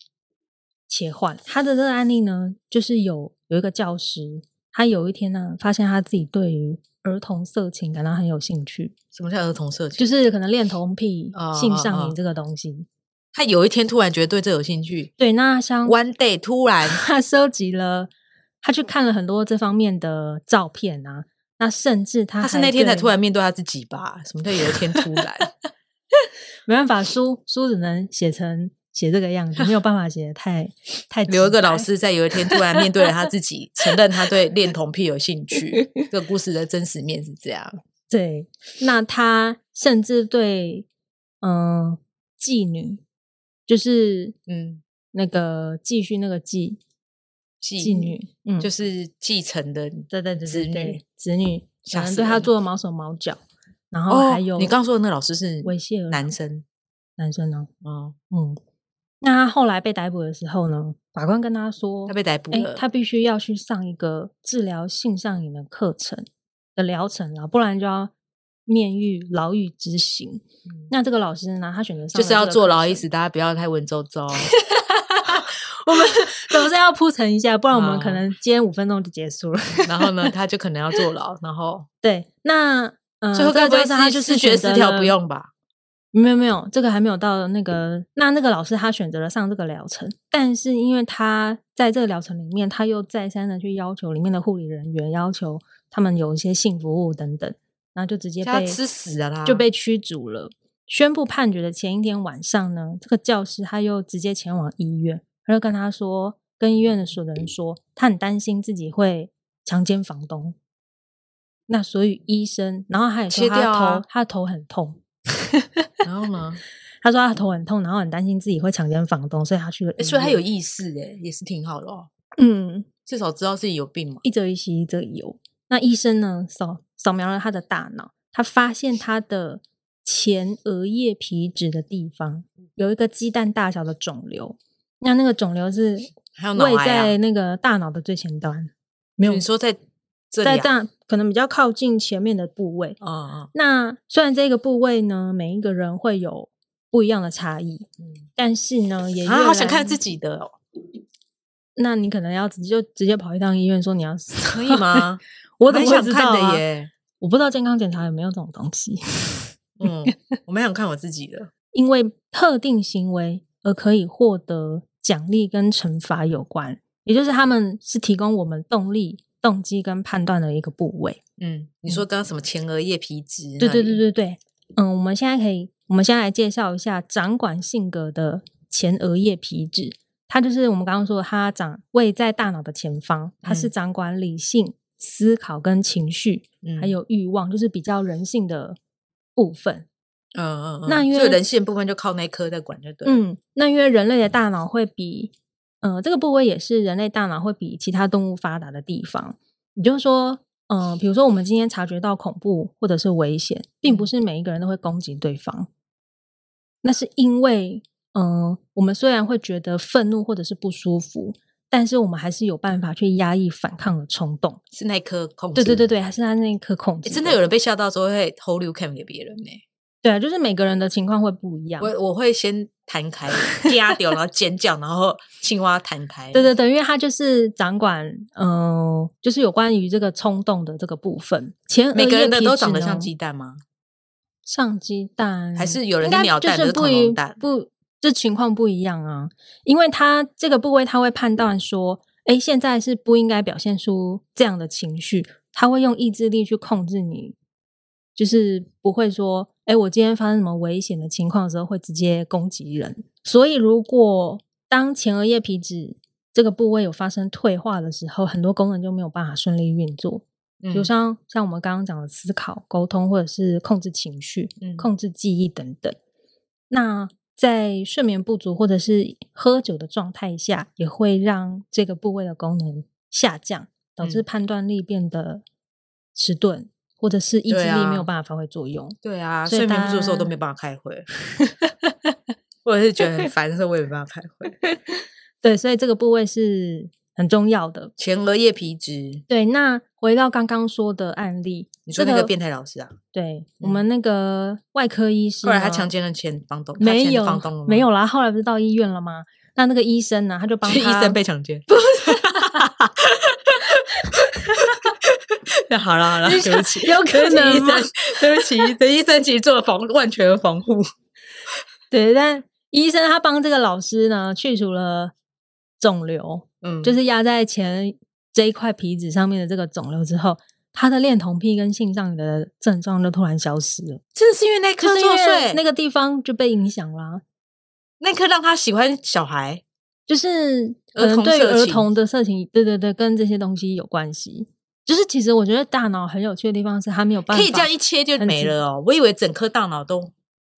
S1: 切换。他的这个案例呢，就是有有一个教师，他有一天呢，发现他自己对于儿童色情感到很有兴趣，
S2: 什么叫儿童色情？
S1: 就是是可能恋童癖
S2: 哦、
S1: 性
S2: 哦
S1: 上瘾
S2: 哦
S1: 这个东西。
S2: 他有一天突然觉得对这有兴趣
S1: 对，那像
S2: ，one day 突然
S1: 他收集了，他去看了很多这方面的照片啊，那甚至他
S2: 他是
S1: 还
S2: 那天才
S1: 对
S2: 突然面对他自己吧？什么叫有一天突然？
S1: 没办法，书书只能写成写这个样子，没有办法写得太太直白。
S2: 留一个老师在有一天突然面对了他自己，承认他对恋童癖有 兴趣。这个故事的真实面是这样，
S1: 对，那他甚至对嗯、呃妓女，就是
S2: 嗯，
S1: 那个继续那个妓妓
S2: 继
S1: 女，嗯，
S2: 就是是继承的。
S1: 对对对
S2: 子
S1: 对对
S2: 女
S1: 子女，
S2: 吓
S1: 可能
S2: 死
S1: 对他
S2: 人
S1: 做的毛手毛脚，然后
S2: 哦
S1: 还有、，
S2: 你刚刚说的那老师是
S1: 猥亵儿
S2: 男
S1: 童
S2: 生
S1: 男生呢、
S2: 哦，
S1: 嗯，那他后来被逮捕的时候呢，法官跟他说，
S2: 他被逮捕
S1: 哎、
S2: 了。
S1: 他必须要去上一个治疗性上瘾的课程的疗程啦，不然就要面狱牢狱执行。
S2: 嗯
S1: 那这个老师呢，他选择上
S2: 就是
S1: 了
S2: 要
S1: 这个
S2: 坐
S1: 课
S2: 牢，
S1: 程
S2: 意思，大家不要太文绉 绉。
S1: 我们总是要铺陈一下，不然我们可
S2: 好
S1: 能今天五分钟就结束了。
S2: 然后呢，他就可能要坐牢。然后
S1: 对，那嗯，
S2: 最后
S1: 这个
S2: 该不
S1: 就
S2: 会
S1: 是他就
S2: 视
S1: 是
S2: 视觉
S1: 选择
S2: 失调
S1: 了
S2: 不用吧？
S1: 没有没有，这个还没有到那个。那那个老师他选择了上这个疗程，但是因为他在这个疗程里面，他又再三的去要求里面的护理人员，要求他们有一些性服务等等，然后就直接
S2: 叫他
S1: 被
S2: 吃屎了啦
S1: 就被驱逐了。宣布判决的前一天晚上呢，这个教师他又直接前往医院，他就跟他说，跟医院的所有人说，他很担心自己会强奸房东。那所以医生，然后他也说
S2: 切
S1: 他的
S2: 掉
S1: 头、
S2: 啊
S1: 他的头很痛，
S2: 然后呢？
S1: 他说他头很痛，然后很担心自己会强奸房东，所以他去了医
S2: 诶
S1: 院。
S2: 所以他有意识诶，也是挺好的哦，
S1: 嗯，
S2: 至少知道自己有病嘛。
S1: 一则一喜，一则一忧。那医生呢，扫扫描了他的大脑，他发现他的前额叶皮质的地方有一个鸡蛋大小的肿瘤。那那个肿瘤是
S2: 还有脑
S1: 位
S2: 癌啊
S1: 在那个大脑的最前端，没有
S2: 你说在这
S1: 在
S2: 里啊？
S1: 大可能比较靠近前面的部位。
S2: 啊啊，
S1: 那虽然这个部位呢，每一个人会有不一样的差异，
S2: 嗯
S1: 但是呢，也
S2: 啊，
S1: 越
S2: 好想看
S1: 来
S2: 自己的哦，
S1: 那你可能要直接就直接跑一趟医院说你要
S2: 可
S1: 可
S2: 以？吗？
S1: 我怎么会
S2: 蛮
S1: 知
S2: 想
S1: 道、
S2: 看
S1: 啊、
S2: 的？耶？
S1: 我不知道健康检查有没有这种东西，
S2: 嗯，我蛮想看我自己的。
S1: 因为特定行为而可以获得奖励跟惩罚有关，也就是他们是提供我们动力、动机跟判断的一个部位。
S2: 嗯，你说刚刚什么前额叶皮质？
S1: 对对对，对对，嗯，我们现在可以，我们先来介绍一下掌管性格的前额叶皮质，它就是我们刚刚说的，它掌位在大脑的前方，它是
S2: 嗯
S1: 掌管理性、思考跟情绪，
S2: 嗯
S1: 还有欲望，就是比较人性的部分。
S2: 嗯嗯嗯，
S1: 那因为
S2: 所以人性部分就靠那颗在管，就对了。
S1: 嗯，那因为人类的大脑会比，呃，这个部位也是人类大脑会比其他动物发达的地方。也就是说，嗯、比如说我们今天察觉到恐怖或者是危险，并
S2: 嗯
S1: 不是每一个人都会攻击对方，那是因为，嗯、我们虽然会觉得愤怒或者是不舒服，但是我们还是有办法去压抑反抗的冲动。
S2: 是那颗控制。
S1: 对对对对，还是他那一颗恐惧、
S2: 诶，真的有人被吓到之后会 hold you cam 给别人呢、
S1: 对啊，就是每个人的情况会不一样。
S2: 我我会先弹开， 压掉，然后尖叫，然后青蛙弹开。
S1: 对对对，因为它就是掌管，嗯、就是有关于这个冲动的这个部分。前额
S2: 每个
S1: 叶
S2: 人
S1: 嗯
S2: 的
S1: 呃皮
S2: 都
S1: 质
S2: 长得像
S1: 呢
S2: 鸡蛋吗？
S1: 像鸡蛋，
S2: 还是有人
S1: 应
S2: 是
S1: 该
S2: 鸟蛋
S1: 就
S2: 有
S1: 是
S2: 的
S1: 不
S2: 恐
S1: 一
S2: 龙蛋
S1: 不，这情况不一样啊。因为它这个部位，它会判断说，哎，现在是不应该表现出这样的情绪，它会用意志力去控制你，就是不会说，哎，我今天发生什么危险的情况的时候，会直接攻击人。所以，如果当前额叶皮质这个部位有发生退化的时候，很多功能就没有办法顺利运作。
S2: 嗯
S1: 比如像像我们刚刚讲的思考、沟通，或者是控制情绪、
S2: 嗯
S1: 控制记忆等等。那在睡眠不足或者是喝酒的状态下，也会让这个部位的功能下降，导致
S2: 嗯
S1: 判断力变得迟钝，或者是意志
S2: 对
S1: 力没有
S2: 啊
S1: 办法发挥作用。
S2: 对啊，
S1: 所以
S2: 睡眠不足的时候
S1: 大
S2: 都
S1: 家
S2: 没办法开 会，我也是觉得很烦，所以我也没办法开会。
S1: 对，所以这个部位是很重要的。
S2: 前额叶皮质，
S1: 对，那回到刚刚说的案例，
S2: 你说
S1: 这
S2: 那个变态老师啊，
S1: 对、我
S2: 嗯
S1: 们那个外科医师
S2: 后
S1: 呢，
S2: 来他强奸了前房东，他
S1: 没
S2: 前
S1: 有
S2: 房东了吗
S1: 没有，啦，后来不是到医院了吗？那那个医生呢，他就帮
S2: 是医
S1: 他
S2: 生被强奸。 那好了 好了，
S1: 你
S2: 对不起，
S1: 有可能
S2: 对不起医
S1: 吗
S2: 生，对不起，医生，医生其实做了防万全的防护。
S1: 对，但医生他帮这个老师呢去除了肿瘤，
S2: 嗯，
S1: 就是压在前这一块皮脂上面的这个肿瘤之后，他的恋童癖跟性上瘾的症状就突然消失了，
S2: 真的是因为那一
S1: 就
S2: 刻
S1: 是因
S2: 作
S1: 为
S2: 祟，
S1: 那个地方就被影响啦、
S2: 那一刻让他喜欢小孩。
S1: 就是可
S2: 儿
S1: 能
S2: 童
S1: 对于
S2: 色
S1: 儿
S2: 情
S1: 童的色情，对对对，跟这些东西有关系。就是其实我觉得大脑很有趣的地方是，它没有办
S2: 可
S1: 法
S2: 以这样一切就
S1: 很
S2: 没
S1: 直
S2: 了哦。我以为整颗大脑都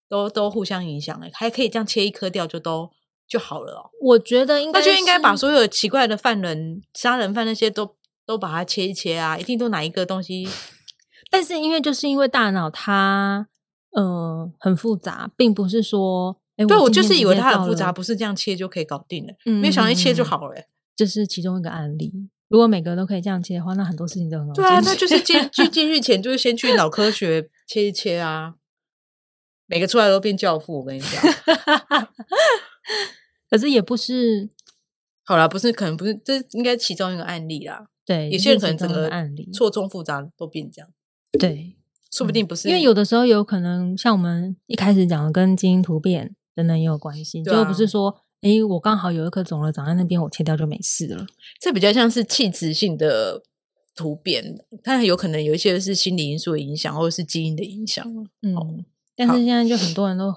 S2: 都都互相影响哎，还可以这样切一颗掉就都就好了哦。
S1: 我觉得应该
S2: 那就应该把
S1: 是
S2: 所有奇怪的犯人、杀人犯那些都都把它切一切啊，一定都哪一个东 西
S1: 但是因为就是因为大脑它呃很复杂，并不是说哎，
S2: 对我
S1: 今
S2: 就
S1: 天
S2: 是
S1: 直
S2: 以为
S1: 接
S2: 它
S1: 到
S2: 很复杂，
S1: 了
S2: 不是这样切就可以搞定的，
S1: 嗯
S2: 没有想到一切就
S1: 嗯嗯
S2: 好了欸。
S1: 这是其中一个案例。如果每个都可以这样切的话，那很多事情都很好
S2: 对啊，
S1: 解
S2: 那
S1: 决
S2: 就是进 进进去前就是先去脑科学切一切啊，每个出来都变教父，我跟你讲。
S1: 可是也不是
S2: 好啦，不是，可能不是，这应该其中一个案例啦。
S1: 对，
S2: 有
S1: 这
S2: 些人
S1: 是其
S2: 可能整
S1: 中一
S2: 个
S1: 案例
S2: 错综复杂都变这样，
S1: 对，
S2: 说不定不是
S1: 因为有的时候有可能像我们一开始讲的跟基因突变等等也有关系，
S2: 对啊
S1: 就不是说诶，我刚好有一颗肿瘤长在那边，我切掉就没事了。
S2: 这比较像是器质性的突变，但有可能有一些是心理因素的影响，或者是基因的影响。哦
S1: 嗯，但是
S2: 好
S1: 现在就很多人都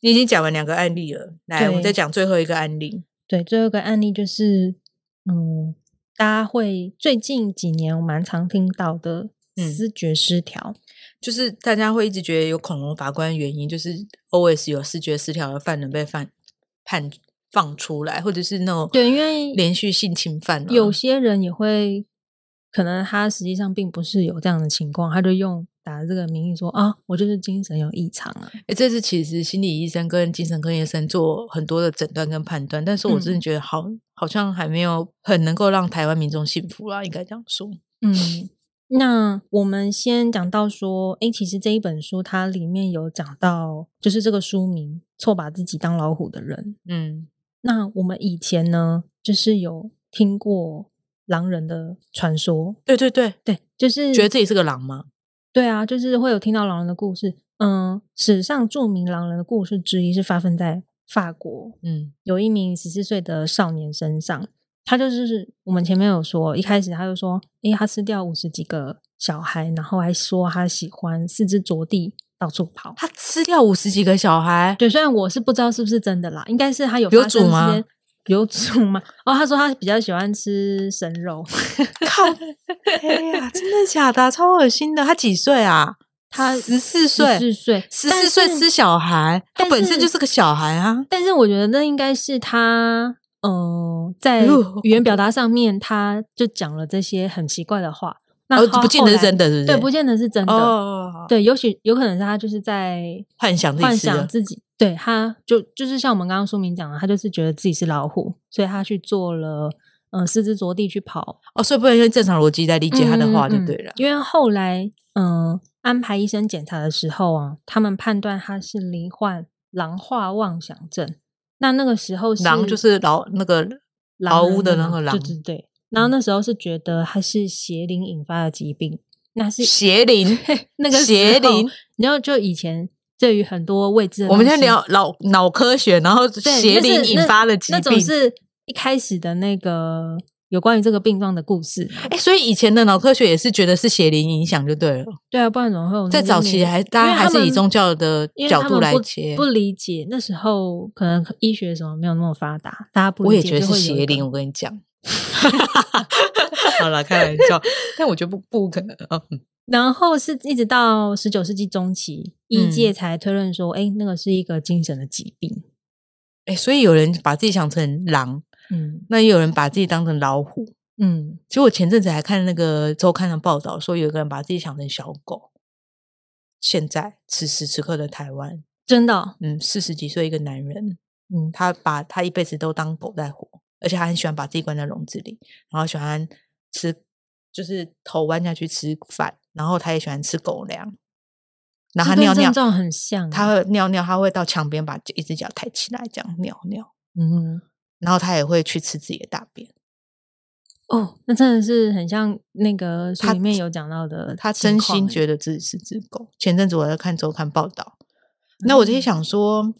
S2: 你已经讲完两个案例了，来，我们
S1: 对
S2: 再讲最后一个案例。
S1: 对，最后一个案例就是，嗯，大家会最近几年我蛮常听到的
S2: 嗯
S1: 思觉失调，
S2: 就是大家会一直觉得有恐龙法官的原因，就是 always 有视觉失调的犯人被犯判放出来，或者是那种
S1: 对因为
S2: 连续性侵犯、啊、
S1: 有些人也会，可能他实际上并不是有这样的情况，他就用打这个名义说啊，我就是精神有异常啊，
S2: 欸，这是其实心理医生跟精神科医生做很多的诊断跟判断，但是我真的
S1: 嗯
S2: 觉得好，好像还没有很能够让台湾民众幸福啊啦，应该这样说。
S1: 嗯， 那我们先讲到说，诶，其实这一本书它里面有讲到，就是这个书名“错把自己当老虎的人
S2: 嗯”。
S1: 那我们以前呢，就是有听过狼人的传说，
S2: 对对对，
S1: 对，就是
S2: 觉得自己是个狼吗？
S1: 对啊，就是会有听到狼人的故事。嗯，史上著名狼人的故事之一是发生在法国，
S2: 嗯
S1: 有一名十四岁的少年身上。他就是我们前面有说，一开始他就说，诶、他吃掉五十几个小孩，然后还说他喜欢四肢着地到处跑。
S2: 他吃掉五十几个小孩，
S1: 对，虽然我是不知道是不是真的啦，应该是他有
S2: 有
S1: 发生
S2: 煮
S1: 这
S2: 吗
S1: 些？有煮吗？哦，他说他比较喜欢吃生肉，
S2: 靠！哎呀，真的假的啊？超恶心的！他几岁啊？
S1: 他
S2: 十四岁，
S1: 四岁，
S2: 十
S1: 但
S2: 四岁
S1: 是
S2: 吃小孩，他
S1: 但
S2: 本身就是是个小孩啊。
S1: 但是我觉得那应该是他，嗯，在
S2: 哎呦
S1: 语言表达上面，他就讲了这些很奇怪的话。那
S2: 哦
S1: 他
S2: 不见得是
S1: 后来
S2: 真的是不是
S1: 对，不见得是真的。
S2: 哦，
S1: 对，也许有可能是他就是在
S2: 幻想自己
S1: 幻
S2: 吃
S1: 想
S2: 的，
S1: 自己，对，他就就是像我们刚刚书明讲的，他就是觉得自己是老虎，所以他去做了，嗯、四肢着地去跑，
S2: 哦，所以不能用正常逻辑来理解他的话就
S1: 嗯嗯嗯
S2: 对了。
S1: 因为后来，嗯、安排医生检查的时候啊，他们判断他是罹患狼化妄想症。那那个时候是
S2: 狼就是牢那个
S1: 狼
S2: 牢
S1: 人
S2: 屋的
S1: 那
S2: 那个狼嗯
S1: 对对对。然后那时候是觉得他是邪灵引发的疾病，那是
S2: 邪 灵
S1: 那个时候
S2: 邪 灵。
S1: 然后就以前对于很多未知的
S2: 我
S1: 东西，
S2: 们现在聊脑脑科学，然后
S1: 对那是
S2: 邪灵引
S1: 那
S2: 发了疾
S1: 那
S2: 病
S1: 种。是一开始的那个有关于这个病状的故事。
S2: 哎，所以以前的脑科学也是觉得是邪灵影响就对了。
S1: 对啊，不然怎么会有那
S2: 在
S1: 些
S2: 早
S1: 年
S2: 期
S1: 龄
S2: 还大
S1: 因
S2: 家
S1: 为
S2: 还
S1: 他
S2: 是以
S1: 们
S2: 宗教的
S1: 因为
S2: 角
S1: 他
S2: 度
S1: 们
S2: 来
S1: 不
S2: 切
S1: 不。理解那时候可能医学什么没有那么发达，大家不
S2: 我
S1: 理
S2: 也
S1: 解
S2: 觉得
S1: 就是会有一个
S2: 邪 灵，我跟你讲，好了，开玩笑，但我觉得不不可能啊。嗯
S1: 然后是一直到十九世纪中期，医
S2: 嗯
S1: 界才推论说，哎、那个是一个精神的疾病。
S2: 哎、所以有人把自己想成狼，
S1: 嗯
S2: 那也有人把自己当成老虎。
S1: 嗯，
S2: 其实我前阵子还看那个周刊上报道，说有一个人把自己想成小狗。现在此时此刻的台湾，
S1: 真的哦、
S2: 嗯，四十几岁一个男人，
S1: 嗯
S2: 他把他一辈子都当狗在活，而且他很喜欢把自己关在笼子里，然后喜欢吃，就是头弯下去吃饭，然后他也喜欢吃狗粮，然后他
S1: 这
S2: 尿
S1: 跟
S2: 尿
S1: 症，状很像啊，
S2: 他会尿尿，他会到墙边把一只脚抬起来这样尿尿，
S1: 嗯
S2: 然后他也会去吃自己的大便。
S1: 哦，那真的是很像那个书
S2: 他
S1: 里面有讲到的情况欸，
S2: 他真心觉得自己是只狗。前阵子我在看周刊报道，那我就
S1: 嗯
S2: 想说，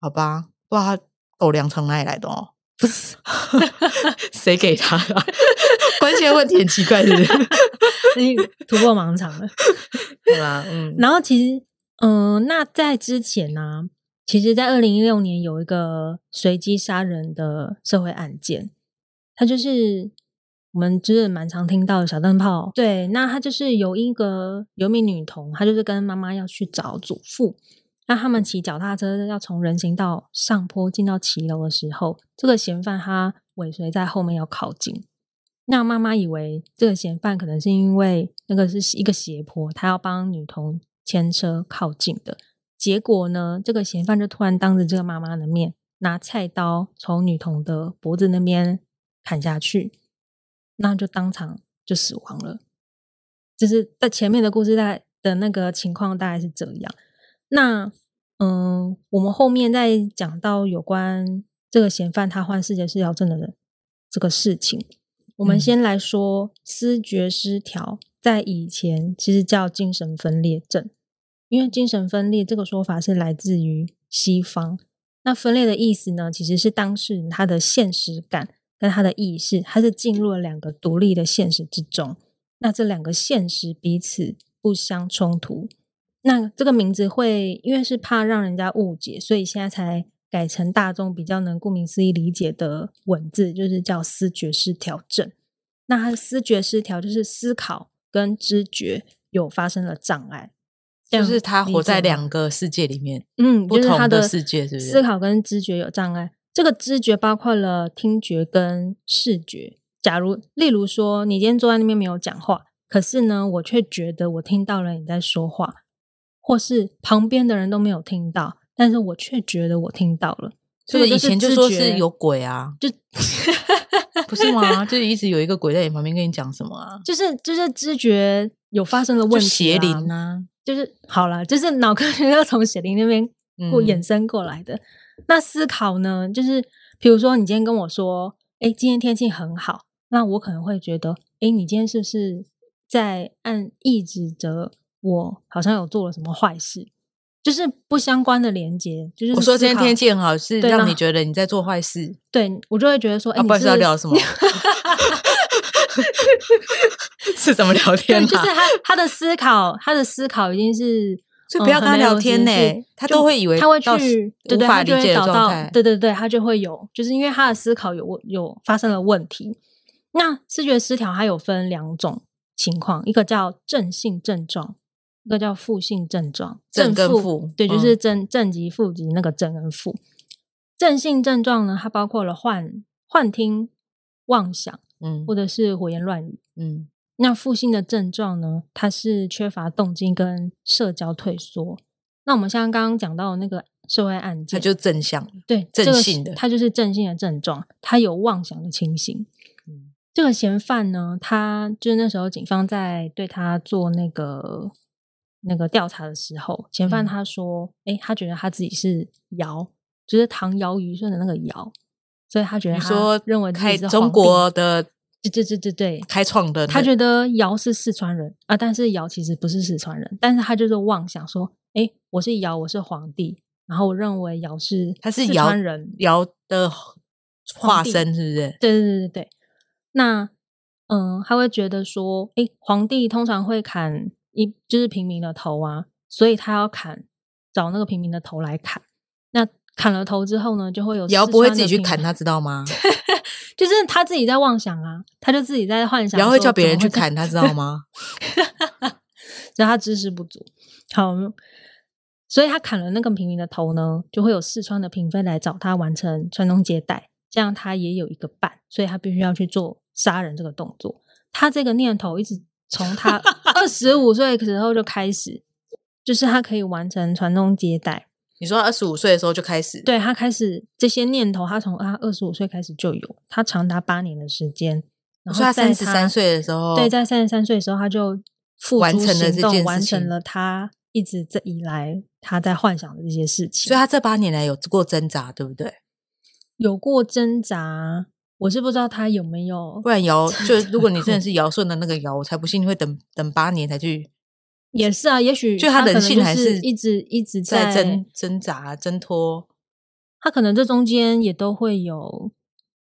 S2: 好吧，不知道他狗粮从哪里来的 哦，不是谁给他的、啊？ 关键问题很奇怪是不 是？
S1: 你突破盲肠了。
S2: 好吧，嗯，
S1: 然后其实，嗯、那在之前呢、其实，在二零一六年有一个随机杀人的社会案件，它就是我们就是蛮常听到的小灯泡。对，那他就是有一个有一名女童，她就是跟妈妈要去找祖父。那他们骑脚踏车要从人行道上坡进到骑楼的时候，这个嫌犯他尾随在后面要靠近。那妈妈以为这个嫌犯可能是因为那个是一个斜坡，他要帮女童牵车靠近的。结果呢，这个嫌犯就突然当着这个妈妈的面拿菜刀从女童的脖子那边砍下去，那就当场就死亡了。就是在前面的故事大概的那个情况大概是这样。那嗯，我们后面再讲到有关这个嫌犯他患视觉失调症的人这个事情，我们
S2: 嗯
S1: 先来说思觉失调，在以前其实叫精神分裂症，因为精神分裂这个说法是来自于西方。那分裂的意思呢，其实是当事人他的现实感跟他的意识，他是进入了两个独立的现实之中。那这两个现实彼此不相冲突。那这个名字会因为是怕让人家误解，所以现在才改成大众比较能顾名思义理解的文字，就是叫思觉失调症。那它的思觉失调就是思考跟知觉有发生了障碍，这
S2: 就
S1: 样
S2: 是他
S1: 理
S2: 活
S1: 解
S2: 在
S1: 吗
S2: 两个世界里面，
S1: 嗯，
S2: 不
S1: 就是
S2: 同
S1: 他
S2: 的
S1: 的
S2: 世界是不是
S1: 思考跟知觉有障碍。这个知觉包括了听觉跟视觉。假如，例如说，你今天坐在那边没有讲话，可是呢，我却觉得我听到了你在说话，或是旁边的人都没有听到，但是我却觉得我听到了。这
S2: 就
S1: 个
S2: 以前就
S1: 知
S2: 说
S1: 觉
S2: 是有鬼啊，
S1: 就
S2: 不是吗？就是一直有一个鬼在你旁边跟你讲什么啊？
S1: 就是就是知觉有发生了问
S2: 就
S1: 题、
S2: 邪灵，啊，
S1: 就是好了，就是脑科学要从邪灵那边过
S2: 嗯
S1: 衍生过来的。那思考呢，就是比如说你今天跟我说，哎、今天天气很好，那我可能会觉得，哎、你今天是不是在暗意指着我好像有做了什么坏事？就是不相关的连接， 就是
S2: 我说
S1: 思
S2: 今天
S1: 考
S2: 天气很好，是
S1: 对
S2: 让
S1: 让
S2: 你觉得你在做坏事。
S1: 对我就会觉得说，哎、
S2: 啊，
S1: 你
S2: 不好意思，要
S1: 是
S2: 聊什么？是怎么聊天
S1: 对，
S2: 啊？
S1: 就是他他的思考，他的思考已经是，
S2: 所
S1: 嗯
S2: 以不要跟他
S1: 很没有
S2: 聊天
S1: 情
S2: 呢
S1: 绪
S2: 他
S1: 就
S2: 都会以为
S1: 他会
S2: 到
S1: 去，对
S2: 无
S1: 对，
S2: 法
S1: 他就
S2: 理
S1: 会
S2: 解的
S1: 找
S2: 状
S1: 到
S2: 态，
S1: 对对对，他就会有，就是因为他的思考有问有发生了问题。那视觉失调它有分两种情况，一个叫正性症状，一个叫负性症状。
S2: 正跟
S1: 负
S2: 负
S1: 对，就
S2: 嗯
S1: 是正正极负极那个正跟负。正性症状呢，它包括了幻幻听、妄想，
S2: 嗯
S1: 或者是胡言乱语。
S2: 嗯，
S1: 那负性的症状呢，它是缺乏动机跟社交退缩。那我们像刚刚讲到的那个社会案件，
S2: 他就正向了。
S1: 对
S2: 正
S1: 这个
S2: 性的
S1: 是它就是正性的症状，它有妄想的情形。
S2: 嗯
S1: 这个嫌犯呢，他就是那时候警方在对他做那个那个调查的时候，嫌犯
S2: 嗯
S1: 他说，诶，他觉得他自己是尧，就是唐尧虞舜的那个尧，所以他觉得
S2: 你
S1: 他
S2: 说
S1: 认为自己
S2: 开
S1: 是
S2: 中
S1: 皇帝
S2: 国的
S1: 对对对对对
S2: 开创的那，
S1: 他觉得尧是四川人啊，但是尧其实不是四川人，但是他就是妄想说，哎，我是尧，我是皇帝，然后我认为尧是
S2: 他是
S1: 四
S2: 尧
S1: 川人，
S2: 尧的化
S1: 帝
S2: 身，是不是？
S1: 对对对对对。那嗯，他会觉得说，哎，皇帝通常会砍一就是平民的头啊，所以他要砍找那个平民的头来砍。那砍了头之后呢，就会有
S2: 尧
S1: 四
S2: 不会
S1: 川
S2: 自己
S1: 的
S2: 去
S1: 平
S2: 砍，
S1: 民
S2: 他知道吗？
S1: 就是他自己在妄想啊，他就自己在幻想，
S2: 然后会叫别人去
S1: 看，
S2: 砍，他知 道吗？
S1: 然后他知识不足。好，所以他砍了那个平民的头呢，就会有四川的嫔妃来找他完成传宗接代，这样他也有一个伴，所以他必须要去做杀人这个动作。他这个念头一直从 他二十五岁的时候就开始，就是他可以完成传宗接代。
S2: 你说二十五岁的时候就开始，，
S1: 对他开始这些念头，他从他二十五岁开始就有，他长达八年的时间。然后
S2: 说他
S1: 在
S2: 三十三岁的时候，
S1: 对，在三十三岁的时候，他就付
S2: 哦完
S1: 诸
S2: 成了这
S1: 行动
S2: 件事
S1: 完成
S2: 情
S1: 了他一直这以来他在幻想的这些事情。
S2: 所以他这八年来有过挣扎，对不对？
S1: 有过挣扎，我是不知道他有没有
S2: 不，然尧就如果你真的 是尧舜的那个尧，我才不信你会等等八年才去，
S1: 也是啊，也许
S2: 就他
S1: 可
S2: 人
S1: 能
S2: 性
S1: 就
S2: 还
S1: 是一直一直
S2: 在
S1: 在
S2: 挣挣扎挣脱。
S1: 他可能这中间也都会有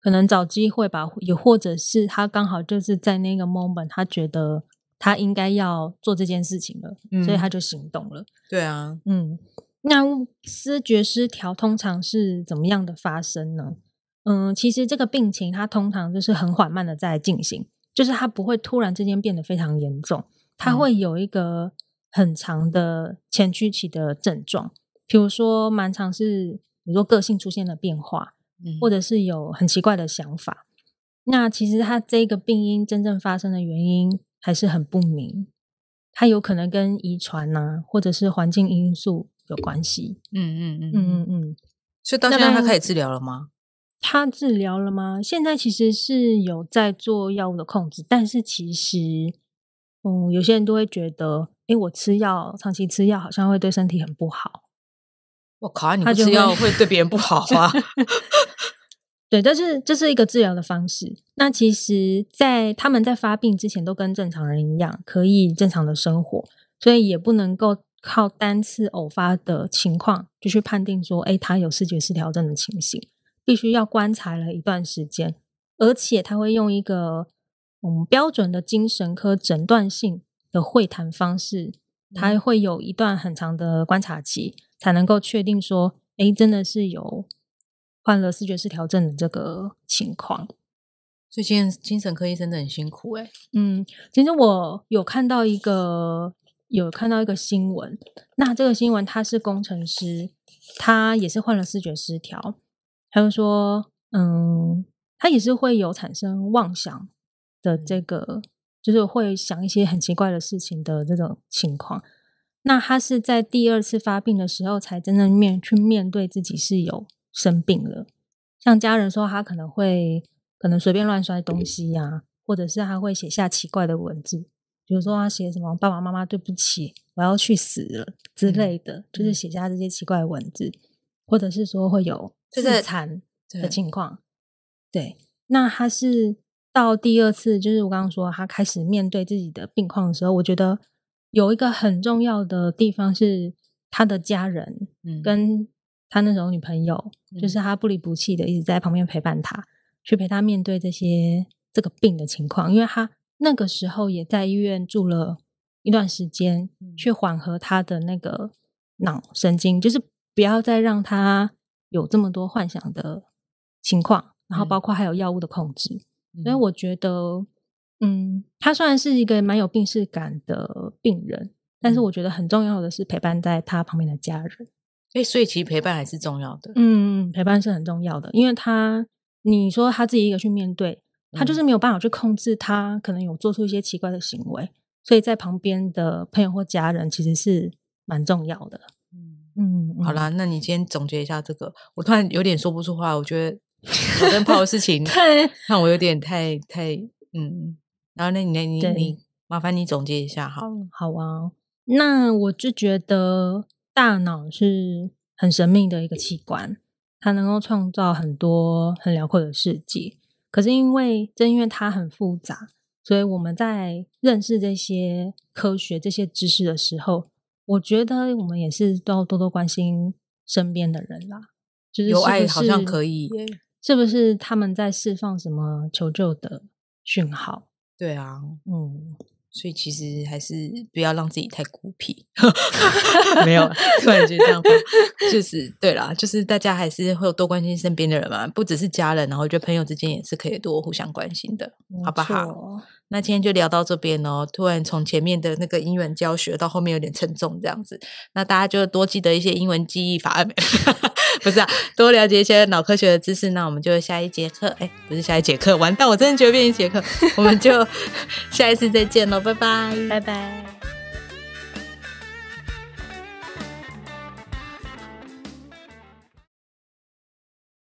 S1: 可能找机会吧，也或者是他刚好就是在那个 moment，他觉得他应该要做这件事情了，
S2: 嗯
S1: 所以他就行动了。
S2: 对啊，
S1: 嗯，那思觉失调通常是怎么样的发生呢？嗯，其实这个病情它通常就是很缓慢的在进行，就是它不会突然之间变得非常严重，它
S2: 嗯
S1: 会有一个很长的前驱期的症状，比如说蛮长是，比如说个性出现了变化，
S2: 嗯
S1: 或者是有很奇怪的想法。那其实他这个病因真正发生的原因还是很不明，它有可能跟遗传呐、或者是环境因素有关系。
S2: 嗯嗯嗯
S1: 嗯
S2: 嗯，
S1: 嗯嗯，
S2: 所以到
S1: 那
S2: 现在他
S1: 当然
S2: 开始治疗了吗？
S1: 他治疗了吗？现在其实是有在做药物的控制，但是其实，嗯，有些人都会觉得，诶，我吃药长期吃药好像会对身体很不好。
S2: 我靠啊，你
S1: 他
S2: 不
S1: 就
S2: 吃
S1: 会
S2: 药会对别人不好 啊！
S1: 对，但是这是一个治疗的方式。那其实，在他们在发病之前都跟正常人一样，可以正常的生活，所以也不能够靠单次偶发的情况就去判定说，哎，他有视觉失调症的情形，必须要观察了一段时间，而且他会用一个嗯标准的精神科诊断性的会谈方式，他会有一段很长的观察期，才能够确定说，哎，真的是有患了视觉失调症的这个情况。
S2: 所以精神精神科医生真的很辛苦哎、
S1: 嗯，其实我有看到一个有看到一个新闻，那这个新闻他是工程师，他也是患了视觉失调，他就说，嗯，他也是会有产生妄想的这个，就是会想一些很奇怪的事情的这种情况。那他是在第二次发病的时候，才真正面去面对自己是有生病了。像家人说，他可能会可能随便乱摔东西呀、或者是他会写下奇怪的文字，比如说他写什么“爸爸妈妈对不起，我要去死了”之类的，就是写下这些奇怪的文字，或者是说会有
S2: 这
S1: 自
S2: 个
S1: 残的
S2: 对
S1: 情况。对，那他是到第二次，就是我刚刚说他开始面对自己的病况的时候，我觉得有一个很重要的地方是他的家人
S2: 嗯，
S1: 跟他那时候女朋友，就是他不离不弃的一直在旁边陪伴他，去陪他面对这些这个病的情况，因为他那个时候也在医院住了一段时间，
S2: 嗯
S1: 去缓和他的那个脑神经，就是不要再让他有这么多幻想的情况，然后
S2: 嗯
S1: 包括还有药物的控制，所以
S2: 嗯
S1: 我觉得，嗯，他虽然是一个蛮有病视感的病人，但是
S2: 嗯
S1: 我觉得很重要的是陪伴在他旁边的家人。
S2: 哎、所以其实陪伴还是重要的。
S1: 嗯，陪伴是很重要的，因为他你说他自己一个去面对，他就
S2: 嗯
S1: 是没有办法去控制他可能有做出一些奇怪的行为，所以在旁边的朋友或家人其实是蛮重要的。
S2: 嗯
S1: 嗯，
S2: 好
S1: 嗯，
S2: 啦，那你今天总结一下这个，我突然有点说不出话，我觉 得我跟泡的事情
S1: 对，
S2: 让我有点太太嗯。然后那你那你
S1: 对
S2: 你麻烦你总结一下好了。
S1: 好啊。那我就觉得大脑是很神秘的一个器官，它能够创造很多很辽阔的世界。可是因为正因为它很复杂，所以我们在认识这些科学、这些知识的时候，我觉得我们也是都要多多关心身边的人啦。就是
S2: 有
S1: 是不
S2: 爱好像
S1: 是
S2: 可以耶，
S1: 是不是他们在释放什么求救的讯号？
S2: 对啊，
S1: 嗯，
S2: 所以其实还是不要让自己太孤僻。
S1: 没有，
S2: 突然就这样吧，就是对啦，就是大家还是会有多关心身边的人嘛，不只是家人，然后我觉得朋友之间也是可以多互相关心的，好不好？
S1: 好？
S2: 那今天就聊到这边哦。突然从前面的那个英文教学到后面有点沉重这样子，那大家就多记得一些英文记忆法，没 不是啊，多了解一些脑科学的知识。那我们就下一节课，哎，不是下一 节课，完蛋，我真的觉得变一节课，我们就下一次再见喽，拜拜，
S1: 拜拜。